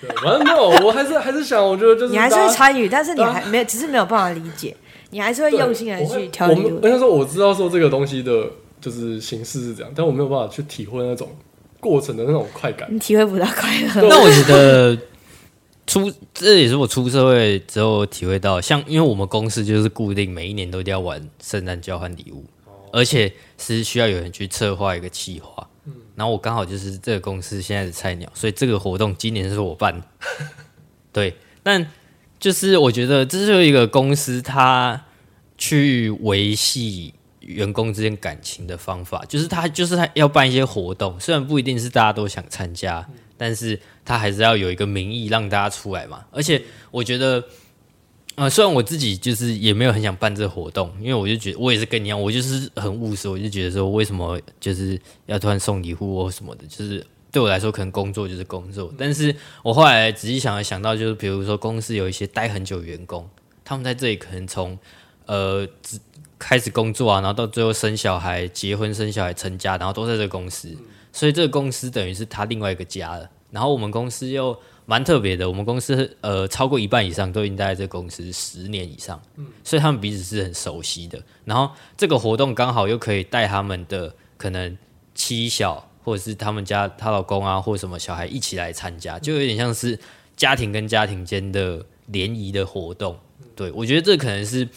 D: 对，反正没有，我还是还是想，我觉得就是
C: 你还是
D: 大
C: 会
D: 家
C: 参与，但是你
D: 大家
C: 还没有，只是没有办法理解，你还是会
D: 对
C: 用心的
D: 我会
C: 去挑
D: 我
C: 礼
D: 们
C: 物
D: 应。该说我知道说这个东西的就是形式是这样，但我没有办法去体会那种过程的那种快感。
C: 你体会不到快 乐。
A: 那我觉得出这也是我出社会之后体会到，像因为我们公司就是固定每一年都一定要玩圣诞交换礼物，而且是需要有人去策划一个企划。然后我刚好就是这个公司现在的菜鸟，所以这个活动今年是我办的。对，但就是我觉得这是一个公司它去维系员工之间感情的方法，就是他就是他要办一些活动，虽然不一定是大家都想参加，但是他还是要有一个名义让大家出来嘛。而且我觉得，呃，虽然我自己就是也没有很想办这活动，因为我就觉得我也是跟你一样，我就是很务实，我就觉得说为什么就是要突然送礼物或什么的，就是。对我来说，可能工作就是工作，但是我后来仔细想了想到，就是比如说公司有一些待很久的员工，他们在这里可能从呃，只开始工作啊，然后到最后生小孩、结婚、生小孩、成家，然后都在这个公司，所以这个公司等于是他另外一个家了。然后我们公司又蛮特别的，我们公司呃超过一半以上都已经待在这个公司十年以上，所以他们彼此是很熟悉的。然后这个活动刚好又可以带他们的可能妻小或者是他们家她老公啊或什么小孩一起来参加，就有点像是家庭跟家庭间的联谊的活动。对我觉得这可能是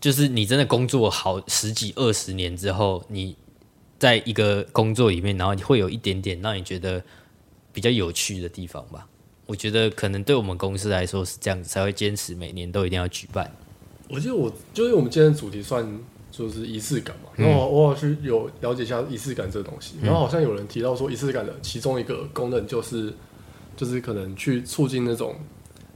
A: 就是你真的工作好十几二十年之后，你在一个工作里面，然后你会有一点点让你觉得比较有趣的地方吧。我觉得可能对我们公司来说是这样子，才会坚持每年都一定要举办。
D: 我记得我就是我们今天的主题算就是仪式感嘛，然后我我去有了解一下仪式感这个东西，然后好像有人提到说仪式感的其中一个功能就是就是可能去促进那种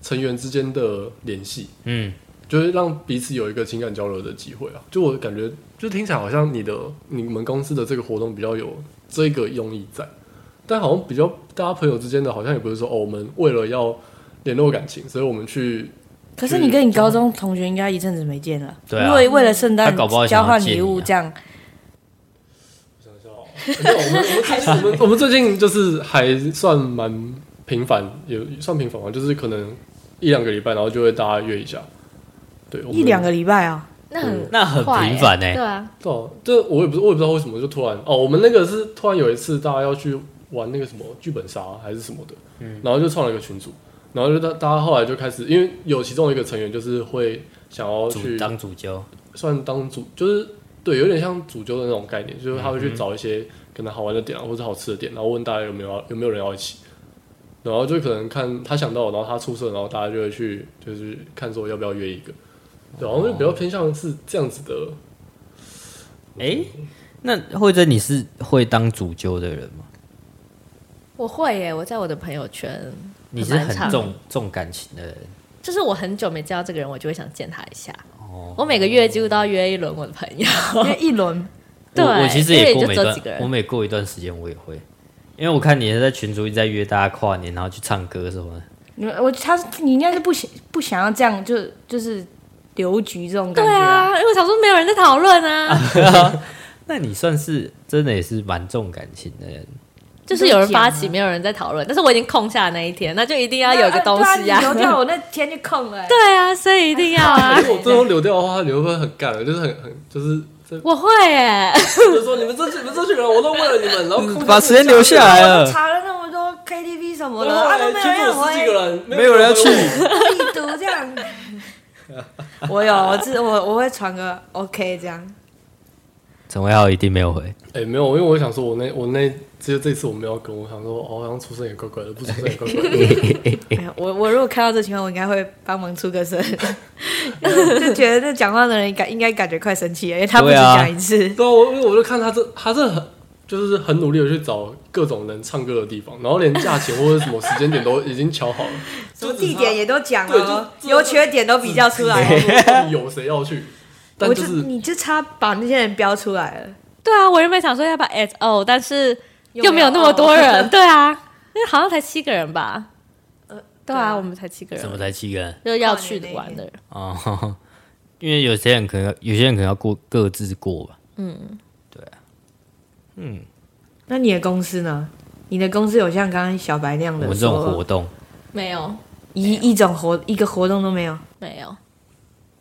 D: 成员之间的联系，
A: 嗯，
D: 就是让彼此有一个情感交流的机会啊。就我感觉，就听起来好像你的你们公司的这个活动比较有这个用意在，但好像比较大家朋友之间的，好像也不是说哦，我们为了要联络感情，所以我们去
C: 可是你跟你高中同学应该一阵子没见了，
A: 对啊
C: 因为为了圣诞
A: 他搞不好想
C: 交
A: 要
C: 换
A: 见
C: 礼
A: 你
C: 物
A: 啊
C: 这样，
D: 没有我们我们最近我们我们最近就是还算蛮频繁，也算频繁嘛，就是可能一两个礼拜，然后就会大家约一下。对，我们
C: 一两个礼拜啊、
B: 那很
A: 那嗯很
B: 快
A: 频繁呢、
B: 欸对啊，
D: 对啊、这我也不是我也不知道为什么就突然哦，我们那个是突然有一次大家要去玩那个什么剧本杀还是什么的，然后就创了一个群组，然后就大大家后来就开始，因为有其中一个成员就是会想要
A: 主
D: 去
A: 当主教，
B: 嗯
D: 算当主，就是对，有点像主揪的那种概念，就是他会
A: 嗯
D: 去找一些可能好玩的点啊，或者好吃的点，然后问大家有没有要有没有人要一起，然后就可能看他想到，然后他出色，然后大家就会去就是看说要不要约一个，对，好像就
A: 哦
D: 比较偏向是这样子的。哦
A: 诶，那或者你是会当主揪的人吗？
B: 我会耶，我在我的朋友圈，
A: 你是
B: 蛮
A: 很
B: 常
A: 重重感情的人，
B: 就是我很久没见到这个人，我就会想见他一下。
A: 哦
B: 我每个月几乎都要约一轮我的朋 友，啊
C: 因为一轮
B: 对
A: 我我其实
B: 因为
A: 也
B: 你
A: 过
B: 就
A: 每
B: 这
A: 段
B: 几个，人
A: 我每过一段时间我也会，因为我看你是在群组一直在约大家跨年，然后去唱歌什么的。
C: 你们我他你应该是不想不想要这样，就就是留局这种感
B: 对
C: 觉、啊。
B: 啊，因为我想说没有人在讨论啊，
A: 那你算是真的也是蛮重感情的人，
B: 就是有人发
C: 你就
B: 起，
C: 讲啊
B: 没有人在讨论，但是我已经空下那一天，那就一定要有个
C: 那
B: 东西
C: 对啊你
B: 啊，
C: 留 掉我那天就空了、欸。
B: 对啊，所以一定要啊
D: 如，果我最后留掉的话，你会不会很干？啊就是很很就是 这，
B: 我会耶，
D: 就是说你们这群你们这群人，我都为了你们，然后空间
A: 嗯把时间留下来
C: 我都
A: 了，
C: 查了那么多 KTV 什么
D: 然
C: 的，
D: 后
C: 啊
D: 哎
C: 都没有
D: 群
C: 人
D: 组十几个
C: 回，
D: 人，
A: 没有人要去
D: 回我
C: 必读这样。我有，我自我我会传个 OK 这样。
A: 陈伟浩一定没有回。
D: 哎、没有，因为我想说我，那我那这这次我没有跟，我想说，哦，好像出生也怪怪的，不出生也怪怪的。
C: 没有我我如果看到这情况，我应该会帮忙出个声，就觉得那讲话的人感应该感觉快生气了，因为他不止
A: 对啊
C: 讲一次。
D: 对啊，我因为我就看他这，他这很就是很努力的去找各种能唱歌的地方，然后连价钱或者什么时间点都已经瞧好了，
C: 什么地点也都讲
D: 对
C: 了
D: 就
C: 哦，
D: 就
C: 优缺点都比较出来了。
D: 也有谁 要去，但
C: 我
D: 就
C: 就是你就差把那些人标出来了，
B: 对啊，我原本想说要把 at all，但是又没有那么多人，对啊，因为好像才七个人吧，对
C: 对
B: 啊，
C: 啊
B: 我们才七个
A: 怎么
B: 人，
A: 才七个人？
B: 就要去玩的人，
A: 哦， 因为有些人可能有些人可能要过各自过吧。
C: 那你的公司呢？你的公司有像刚刚小白那样
A: 我
C: 的
A: 们这种
C: 说
A: 活动，
B: 没有
C: 一一种活一个活动都没有？
B: 没有，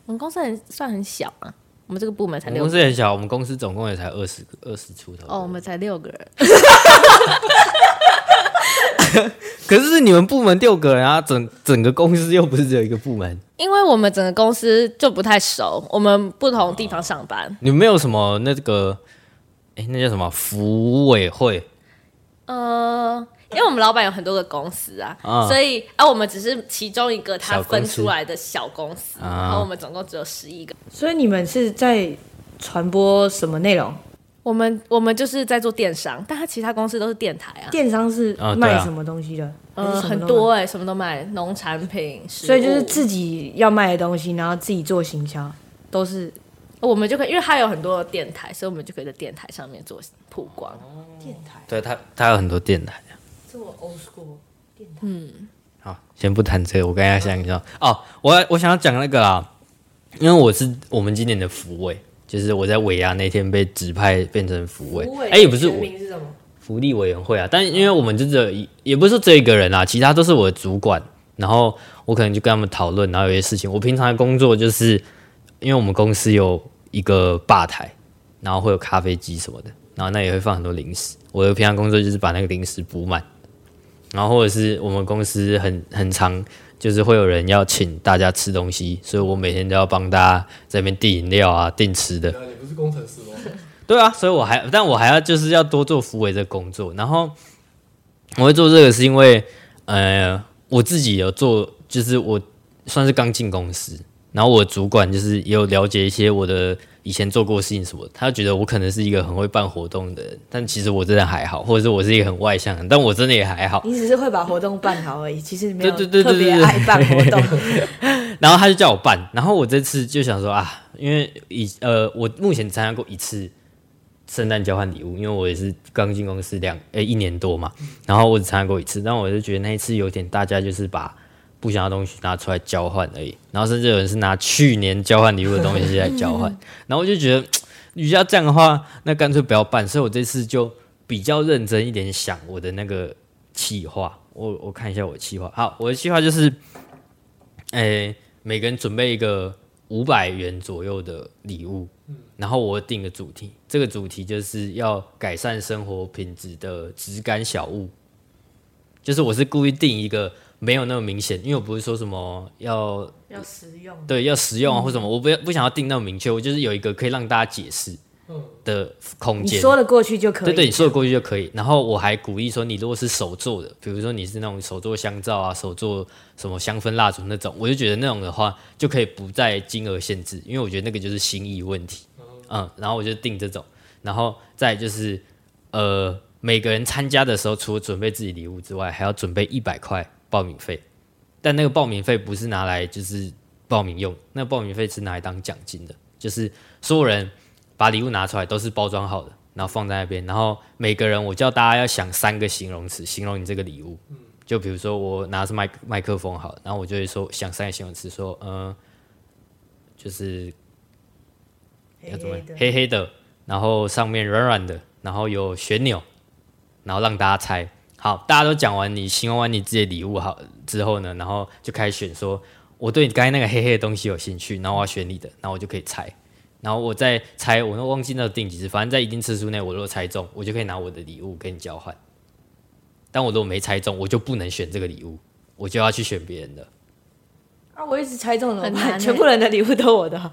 B: 我们公司很算很小啊，我们这个部门才
A: 我们
B: 六
A: 公
B: 个
A: 司很小，我们公司总共也才二十二十出头。
B: 哦，我们才六个人，
A: 可是你们部门六个人啊，整整个公司又不是只有一个部门，
B: 因为我们整个公司就不太熟，我们不同地方上班，
A: 你们没有什么那个，哎、那叫什么服委会？
B: 呃，因为我们老板有很多个公司啊，
A: 啊
B: 所以啊，我们只是其中一个他
A: 小公
B: 分
A: 司
B: 出来的小公司，
A: 啊
B: 然后我们总共只有十一个。
C: 所以你们是在传播什么内容？
B: 我们我们就是在做电商，但他其他公司都是电台啊，
C: 电商是
A: 啊对啊
C: 卖什么东西的？还
B: 呃，
C: 是什么
B: 很
C: 都
B: 多
C: 卖，
B: 哎、什么都卖，农产品，食物
C: 所以就是自己要卖的东西，然后自己做行销，都是
B: 我们就可以，因为他有很多的电台，所以我们就可以在电台上面做曝光。
C: 电台。
A: 对他，他有很多电台。
C: 这么 old school 电台。
A: 好，先不谈这个，我刚才想一下哦，我我想要讲那个啦，因为我是我们今年的福委，就是我在尾牙那天被指派变成福委，哎、也不是
C: 全
A: 我
C: 名是什么？
A: 福利委员会啊，但因为我们就只有一，也不是这一个人啦，啊其他都是我的主管，然后我可能就跟他们讨论，然后有些事情，我平常的工作就是，因为我们公司有一个吧台，然后会有咖啡机什么的，然后那也会放很多零食，我的平常工作就是把那个零食补满，然后或者是我们公司很很常就是会有人要请大家吃东西，所以我每天都要帮大家在那边订饮料啊、订吃的，
D: 啊你不是工程师吗？
A: 对啊，所以我还，但我还要就是要多做扶委这个工作。然后我会做这个是因为，呃，我自己有做，就是我算是刚进公司，然后我主管就是也有了解一些我的以前做过的事情什么的，他觉得我可能是一个很会办活动的人，但其实我真的还好，或者是我是一个很外向的人，但我真的也还好。
C: 你只是会把活动办好而已，其实你没有
A: 对对对对
C: 特别
A: 对对
C: 爱办活 动。
A: 然后他就叫我办，然后我这次就想说啊，因为以呃，我目前参加过一次圣诞交换礼物，因为我也是刚进公司两呃一年多嘛，然后我只参加过一次，但我就觉得那一次有点大家就是把不想要的东西拿出来交换而已，然后甚至有人是拿去年交换礼物的东西来交换，然后我就觉得，与其要这样的话，那干脆不要办，所以我这次就比较认真一点想我的那个企划，我我看一下我的企划，好，我的企划就是。诶、每个人准备一个五百元左右的礼物，然后我定个主题，这个主题就是要改善生活品质的质感小物，就是我是故意定一个没有那么明显，因为我不是说什么要
C: 要实用，嗯
A: 对要实用啊或什么，我不要不想要定那么明确，我就是有一个可以让大家解释的空
C: 你
A: 间。
C: 说得过去就可以。
A: 对对，你说的过去就可以。然后我还鼓励说，你如果是手做的，比如说你是那种手做香皂啊、手做什么香氛蜡烛那种，我就觉得那种的话就可以不在金额限制，因为我觉得那个就是心意问题。嗯，然后我就定这种，然后再就是呃，每个人参加的时候，除了准备自己礼物之外，还要准备一百块报名费，但那个报名费不是拿来就是报名用，那个报名费是拿来当奖金的，就是所有人把礼物拿出来都是包装好的，然后放在那边，然后每个人我叫大家要想三个形容词形容你这个礼物，就比如说我拿的是麦克麦克风好了，然后我就会说想三个形容词，说嗯、呃就是
C: 黑
A: 要怎么
C: 黑的
A: 黑黑的，然后上面软软的，然后有旋钮，然后让大家猜。好，大家都讲完你形容完你自己的礼物好之后呢，然后就开始选说，我对你刚才那个黑黑的东西有兴趣，然后我要选你的，然后我就可以猜，然后我再猜，我都忘记那个定几次，反正在一定次数内，我如果猜中，我就可以拿我的礼物跟你交换。但我如果没猜中，我就不能选这个礼物，我就要去选别人的。
C: 啊，我一直猜中了，
B: 很
C: 我
B: 难
C: 把
B: 欸
C: 全部人的礼物都我的哦。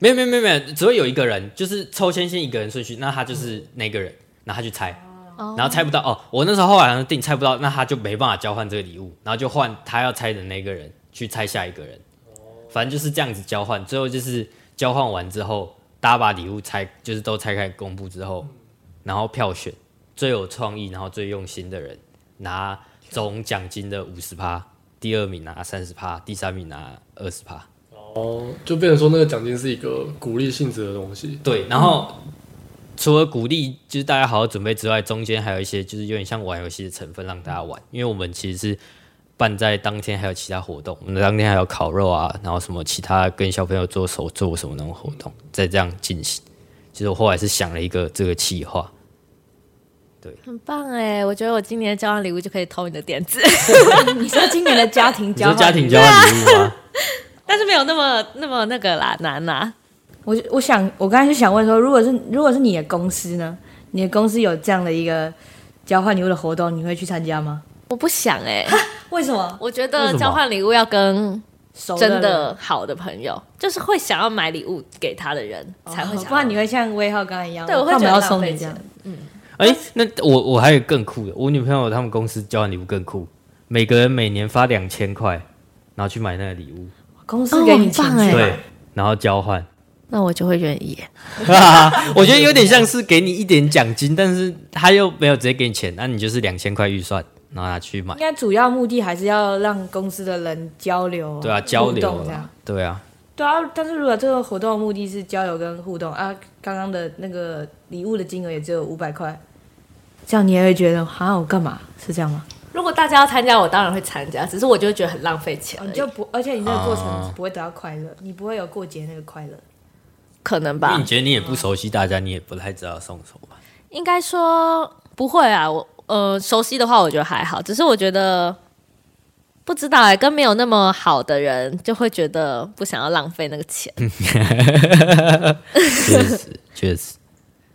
A: 没有没有没有没有，只会有一个人，就是抽签先一个人顺序，那他就是那个人，然后他去猜，
B: 哦
A: 然后猜不到哦。我那时候后来好像定猜不到，那他就没办法交换这个礼物，然后就换他要猜的那个人去猜下一个人，反正就是这样子交换。最后就是交换完之后，大家把礼物拆，就是都拆开公布之后，然后票选最有创意，然后最用心的人拿总奖金的五十趴，第二名拿三十趴，第三名拿二十趴。
D: 哦，就变成说那个奖金是一个鼓励性质的东西。
A: 对，然后除了鼓励就是大家好好准备之外，中间还有一些就是有点像玩游戏的成分让大家玩，因为我们其实是办在当天还有其他活动，我们当天还有烤肉啊，然后什么其他跟小朋友做手做什么那种活动，再这样进行。其实我后来是想了一个这个计划，
B: 很棒哎！我觉得我今年的交换礼物就可以偷你的点子，
C: 你说今年的家庭
A: 你
C: 交
A: 说
C: 换，
A: 家庭交换 礼物吗？
B: 但是没有那么那么那个啦，难啊啦。
C: 我就我想，我刚才就想问说，如果是如果是你的公司呢？你的公司有这样的一个交换礼物的活动，你会去参加吗？
B: 我不想哎、
C: 为什么？
B: 我觉
A: 为什
B: 得
A: 么
B: 交换礼物要跟
C: 熟
B: 真
C: 的哦
B: 的好的朋友，就是会想要买礼物给他的人
C: 人
B: 才会
C: 哦
B: 想要。
C: 不然你会像威浩刚才一样，
B: 对我会
C: 干嘛
B: 觉得
C: 要
B: 浪
C: 送
B: 费
C: 你这样？
A: 哎、那我我还有更酷的，我女朋友他们公司交换礼物更酷，哎每个人每年发两千块，然后去买那个礼物，
C: 公司给你
B: 哦
C: 钱
B: 很棒
C: 是
B: 哎
C: 吗
A: 对，然后交换。
B: 那我就会愿意耶。
A: 我觉得有点像是给你一点奖金，但是他又没有直接给你钱，那你就是两千块预算，然后拿去买
C: 应，该主要目的还是要让公司的人交流，
A: 对啊，交
C: 互
A: 流
C: 动这样
A: 啦。，对啊，
C: 对啊，但是如果这个活动的目的是交流跟互动啊，刚刚的那个礼物的金额也只有五百块，这样你也会觉得，哈，我干嘛？是这样吗？
B: 如果大家要参加，我当然会参加，只是我就会觉得很浪费钱而
C: 哦你
B: 已，
C: 就不，而且你这个过程
A: 啊
C: 不会得到快乐，你不会有过节那个快乐。
B: 可能
A: 因为
B: 吧
A: 你。觉得你也不熟悉大家，你也不太知道送什 么吧？
B: 应该说不会啊，我呃熟悉的话，我觉得还好，只是我觉得不知道哎、跟没有那么好的人，就会觉得不想要浪费那个钱。
C: 嗯
A: 确实，确实，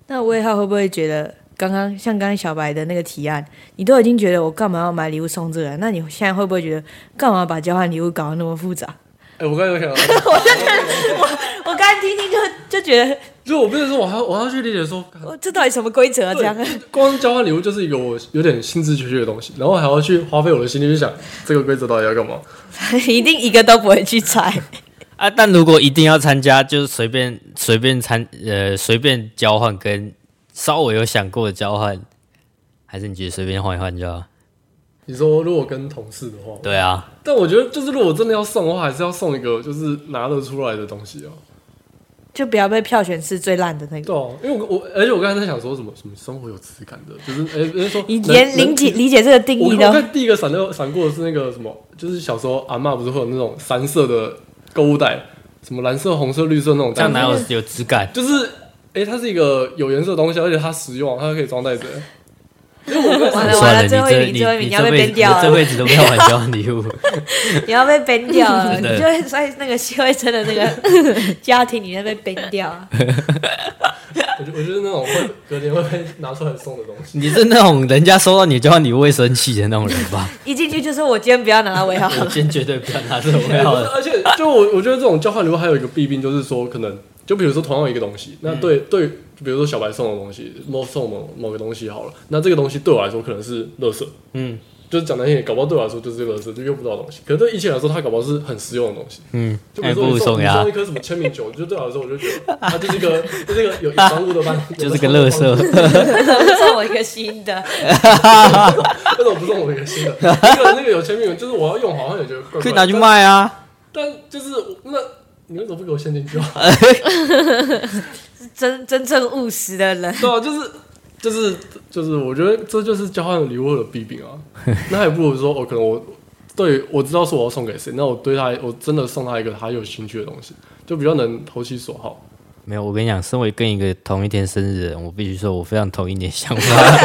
C: 那魏浩会不会觉得，刚刚像刚刚小白的那个提案，你都已经觉得我干嘛要买礼物送这个人？那你现在会不会觉得，干嘛把交换礼物搞得那么复杂？
D: 哎、我刚才有想到，
C: 我刚才听听就就觉得，
D: 就我变成说我还要我还要去理解说，干
C: 我这到底什么规则啊？这 样，
D: 光交换礼物就是一个我有点心智缺缺的东西，然后还要去花费我的心力去想这个规则到底要干嘛。
C: 一定一个都不会去猜。
A: 啊，但如果一定要参加，就是随便随便参呃随便交换跟稍微有想过的交换，还是你觉得随便换一换就好？
D: 你说如果跟同事的话，
A: 对啊，
D: 但我觉得就是如果真的要送的话，还是要送一个就是拿得出来的东西啊。
C: 就不要被票选是最烂的那个。
D: 对啊，因为我我而且我刚才在想说什么什么生活有质感的，就是哎，人、家说
C: 你
D: 能
C: 连
D: 能
C: 理解理解这个定
D: 我
C: 义
D: 我
C: 的
D: 看第一个闪到闪过的是那个什么，就是小时候阿嬷不是会有那种三色的购物袋，什么蓝色、红色、绿色那种
A: 这
D: 袋
A: 样
D: 子，
A: 哪有有质感？
D: 就是哎、它是一个有颜色的东西，而且它实用啊，它可以装袋子。
C: 完了
A: 算了，
C: 完了，
A: 你
C: 最后一
A: 这
C: 名，
A: 你
C: 最后一名，
A: 你
C: 你要被
A: 这辈
C: 编
A: 子你
C: 掉
A: 这
C: 了，
A: 辈子都不要玩交换礼物。
C: 你要被编掉了，
A: 真
C: 你
A: 的
C: 就会在那个社会真的 那个家庭里面被编掉。啊
D: 我觉我觉得那种会隔天会被拿出来送的东西。
A: 你是那种人家收到你交换礼物会生气的那种人吧？
C: 一进去就说我今天不要拿到尾号
A: 我
C: 了，
A: 今天绝对不要拿这种味道的。
D: 而且就我我觉得这种交换礼物还有一个弊病，就是说可能就比如说同样一个东西，那
A: 嗯
D: 对、对，比如说小白送的东西，某送某某个东西好了，那这个东西对我来说可能是垃圾，
A: 嗯
D: 就是讲难听点，搞不好对我来说就是这个垃圾，就用不到的东西。可是对一切来说，它搞不好是很实用的东西。
A: 嗯，
D: 就比
A: 还
D: 如
A: 不
D: 说你
A: 如
D: 送
A: 送
D: 你
A: 呀
D: 送一，颗什么签名球，就对我来说，我就觉得它就是个就是个有商务的办，
A: 就是个乐色。
C: 送我一个新的。
D: 为什么不送我一个新的？那个那个有签名，就是我要用，好像也觉得怪怪 的
A: 可以拿去卖啊。
D: 但但就是我那你为什么不给我现金就好？
C: 真真正务实的人，
D: 对啊，就是就是就是，我觉得这就是交换礼物的弊病 啊。那还不如说，我、哦可能我对我知道说我要送给谁，那我对他，我真的送他一个他有兴趣的东西，就比较能投其 所好。
A: 没有，我跟你讲，身为跟一个同一天生日的人，我必须说，我非常同意你的想 法。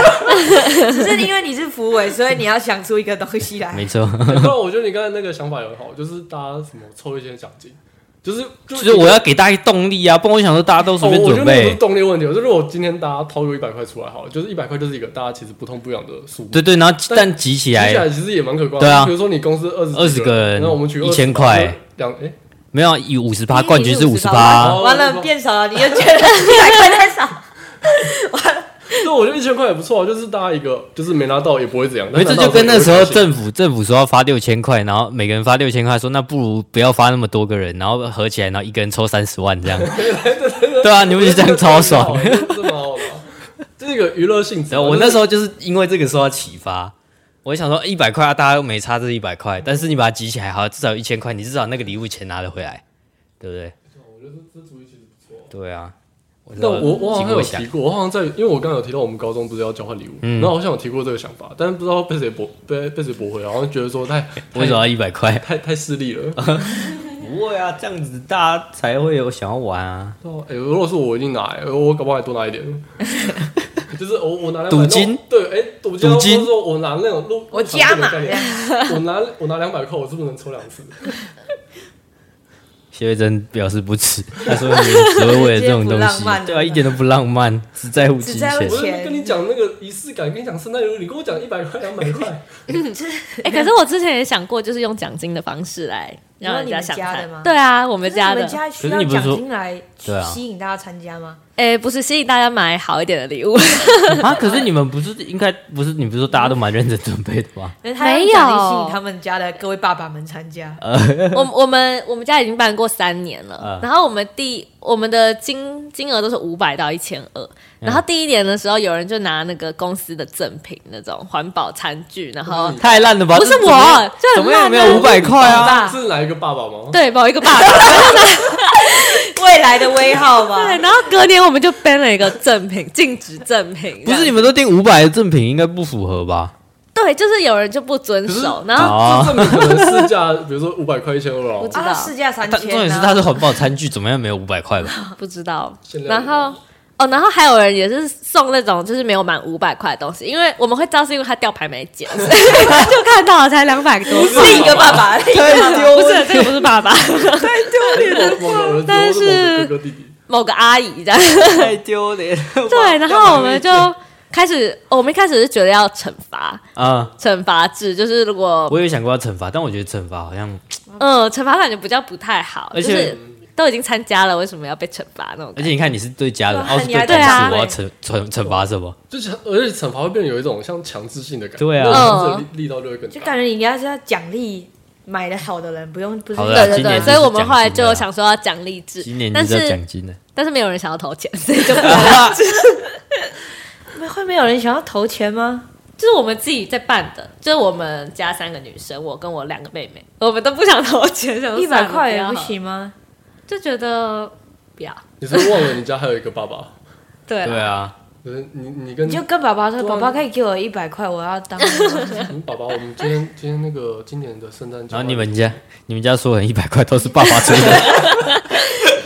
C: 只是因为你是福委，所以你要想出一个东西来。
A: 没错，
D: 欸对啊，我觉得你刚才那个想法也很好，就是大家什么抽一些奖金，就是就
A: 就是我要给大家动力啊，不然我想说大家都随便
D: 哦我觉
A: 准
D: 得那个不是
A: 备。
D: 动力问题，就是如果今天大家掏个一百块出来，好了，就是一百块就是一个大家其实不痛不痒的数目，
A: 对对，然后但集起
D: 听
A: 来
D: 起来其实也蛮可观的。
A: 对啊
D: 比如说你公司二十
A: 20个人
D: 那我们取
A: 一千块，
D: 两哎，
A: 没有啊以五十趴冠军是五十
D: 哦
A: 趴，
C: 完
D: 哦
C: 了变少了，你就觉得还块太少。
D: 对，我觉得一千块也不错啊，就是大家一个就是没拿到也不会怎样。
A: 因为这就跟那时候政府政府说要发六千块，然后每个人发六千块，说那不如不要发那么多个人，然后合起来，然后一个人抽三十万这 样。对啊，你
D: 你
A: 不觉得这样超爽？
D: 这蛮好的啊，这是一个娱乐性质
A: 然
D: 啊。
A: 后 我
D: 就是
A: 那时候就是因为这个受到启发，我想说一百块啊，大家又没差这一百块，但是你把它集起来，好，至少一千块，你至少那个礼物钱拿得回来，对不对？
D: 我觉得这这主意其实不错啊。
A: 对啊。
D: 但我我好
A: 经
D: 像有
A: 过想
D: 提，过，我好像在，因为我刚刚有提到我们高中不是要交换礼物，
A: 嗯
D: 然后好像有提过这个想法，但是不知道被谁驳被被谁驳回，啊好像觉得说太
A: 为
D: 太
A: 什么要一百块？
D: 太太势利了。
A: 不会啊，这样子大家才会有想要玩啊。
D: 哦，哎，如果是我一定拿，哎我搞不好还多拿一点。 就是我我拿两百
A: 赌金
D: 那种对，哎，赌金，
A: 赌金
D: 或者说我拿那种路，
C: 我
D: 路常见的
C: 加码
D: 概念 我拿我拿两百块，我是不是能抽两次？
A: 谢慧珍表示不耻，她说你们只会为了这种
C: 直接不
A: 东
C: 浪
A: 西，
C: 漫
A: 对啊，一点都不浪漫，只在乎金
C: 只在乎
A: 钱
D: 我。
C: 钱
D: 就跟你讲那个仪式感，跟你讲圣诞礼物，你跟我讲一百块、两百块，
B: 哎、可是我之前也想过，就是用奖金的方式来让人家想
C: 你说你们家
B: 参
C: 的吗
B: 对啊，我们家
C: 可
B: 的
C: 是你们，家需
A: 可
C: 要
A: 是你不是
C: 奖
A: 说
C: 金来
A: 对啊
C: 吸引大家参加吗？
B: 哎、不是吸引大家买好一点的礼物，
A: 啊，可是你们不是应该不是你不是说大家都蛮认真准备的吗？
C: 因为他要
B: 没
C: 用
B: 有
C: 奖金吸引他们家的各位爸爸们参加。
A: 呃
B: 我我们我们家已经办过三年了，
A: 嗯
B: 然后我们第我们的金金额都是五百到一千二，然后第一年的时候，有人就拿那个公司的赠品那种环保餐具，然后
D: 嗯
A: 太烂了吧！
B: 哦不是
A: 这怎么
B: 我
A: 样
B: 这很
A: 怎么样
B: 烂
A: 没
B: 啊
A: 有五百块啊？
B: 爸
D: 是哪一个爸爸吗？
B: 对某一个 爸爸，
C: 未来的威号 吧，
B: 对，然后隔年我们就编了一个赠品，禁止赠品，
A: 不是你们都定五百的赠品，应该不符合吧？
B: 对对，就是有人就不遵守，然后
A: 哦，
D: 这么可能市价，比如说五百块一千二
B: 不
D: 哦
B: 知，
C: 啊，
B: 道
C: 市价三
A: 但重
C: 千、啊
A: 点是它是环保餐具，怎么样没有五百块吧？
B: 不知道
D: 现，在
B: 然后哦，然后还有人也是送那种就是没有满五百块的东西，因为我们会知道是因为他吊牌没剪，所以
E: 就看到了才两百多，
C: 另一个爸爸，另一个爸爸
B: 不是这个不是爸爸，
D: 哎我我我的
B: 但
D: 儿子
B: 是
D: 我的哥哥弟弟，
B: 某个阿姨这样。
A: 太丢脸了。
B: 对，然后我们就开始，我们一开始是觉得要惩罚，
A: 啊，
B: 惩罚制，就是如果
A: 我有想过要惩罚，但我觉得惩罚好像
B: 嗯，惩罚感觉比较不太好，
A: 而
B: 就
A: 且
B: 是都已经参加了，为什么要被惩罚那种
A: 而
B: 感
A: 且
B: 觉？
A: 你看，你是对家人，
C: 对啊
A: 哦，是
C: 你还
A: 同
B: 对啊
A: 事，我要惩惩惩罚什么？
D: 就是而且惩罚会变得有一种像强制性的感觉，
A: 对啊
D: 那种强制的力力道就会更
C: 就
D: 大。
C: 感觉你应该是要奖励买的好的人，不用不是
A: 好的啊
B: 对
A: 今
B: 对
A: 年就
B: 对，
A: 是
B: 所以我们后来
A: 奖金了
B: 就想说要奖励制
A: 今年，
B: 但
A: 就是要
B: 是
A: 奖金的，
B: 但是没有人想要投钱，所以 就
C: 会会没有人想要投钱吗？
B: 就是我们自己在办的，就是我们家三个女生，我跟我两个妹妹，我们都不想投钱，想说
C: 一
B: 算
C: 百
B: 了
C: 块也
B: 要
C: 不
B: 好了
C: 行吗？
B: 就觉得不要，
D: 你是不是忘了你家还有一个爸爸，
B: 对
A: 对
B: 啊，
A: 啊，
D: 就是你你跟
C: 你就跟爸爸说，
D: 对啊
C: 爸爸可以给我一百块，我要当 妈妈
D: 嗯爸爸，我们今天 今天那个今年的圣诞节，
A: 然后你们家你们家所有人一百块都是爸爸出的，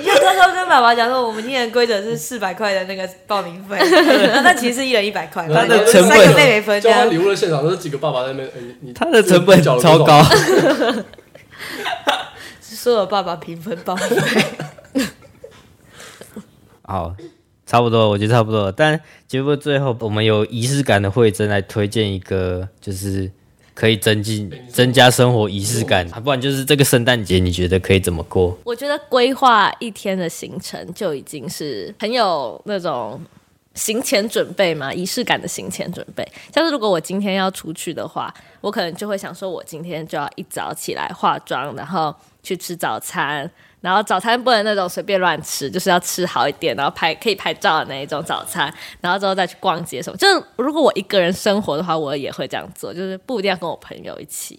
C: 你就偷偷跟爸爸讲说，我们今年的规则是四百块的那个报名费， 那其实是一人一百块，
D: 他的
C: 然后
A: 成本
C: 三个妹妹分这
D: 交换
C: 样。
D: 礼物的现场，都是几个爸爸在那边，哎、你你，
A: 他的成本超高，
C: 所有爸爸平分 报名费，
A: 好，差不多，我觉得差不多了。但节目最后，我们有仪式感的慧珍来推荐一个，就是可以增进、增加生活仪式感，啊不然就是这个圣诞节，你觉得可以怎么过？
B: 我觉得规划一天的行程就已经是很有那种行前准备嘛，仪式感的行前准备。像是如果我今天要出去的话，我可能就会想说，我今天就要一早起来化妆，然后去吃早餐。然后早餐不能那种随便乱吃，就是要吃好一点，然后拍可以拍照的那一种早餐，然后之后再去逛街什么。就是如果我一个人生活的话，我也会这样做，就是不一定要跟我朋友一起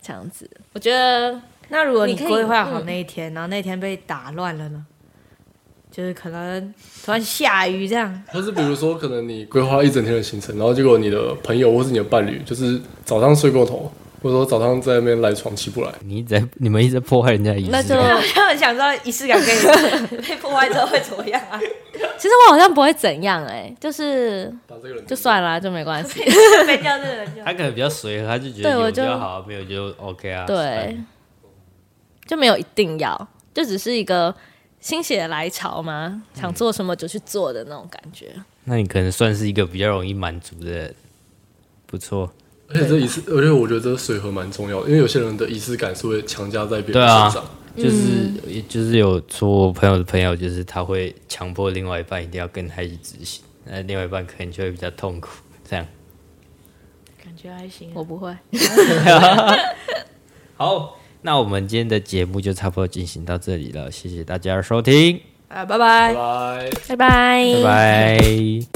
B: 这样子。我觉得
C: 那如果你
B: 你可以
C: 规划好那一天，然后那天被打乱了呢？就是可能突然下雨这 样，
D: 或是比如说，可能你规划一整天的行程，然后结果你的朋友或是你的伴侣，就是早上睡过头，或者说早上在那边赖床起不来，
A: 你一直在你们一直在破坏人家的仪式
B: 那就
A: 感，
C: 他们想知道仪式感可以被破坏之后会怎么样啊？
B: 其实我好像不会怎样哎、就是
D: 把这个人
B: 就算啦，就没关系。
C: 被叫这个人就
A: 他可能比较随和，他就觉
B: 对
A: 得有
B: 我
A: 比较
B: 就
A: 好，没有就 OK 啊。
B: 对，就没有一定要，就只是一个心血来潮嘛，想做什么就去做的那种感觉。
A: 那你可能算是一个比较容易满足的人，不错。
D: 而且这仪式， 而且我觉得这个水和蛮重要的，因为有些人的仪式感是会强加在别
A: 对
D: 人
A: 啊
D: 身上。
A: 就是、也就是有说我朋友的朋友，就是他会强迫另外一半一定要跟他一起执行，那另外一半可能就会比较痛苦。这样
C: 感觉还行啊
B: 我。不会，
A: 好，那我们今天的节目就差不多进行到
C: À,
A: 这里了，谢谢大家的收听，
C: 啊，拜拜
D: 拜。拜。
B: 拜拜
A: 拜拜。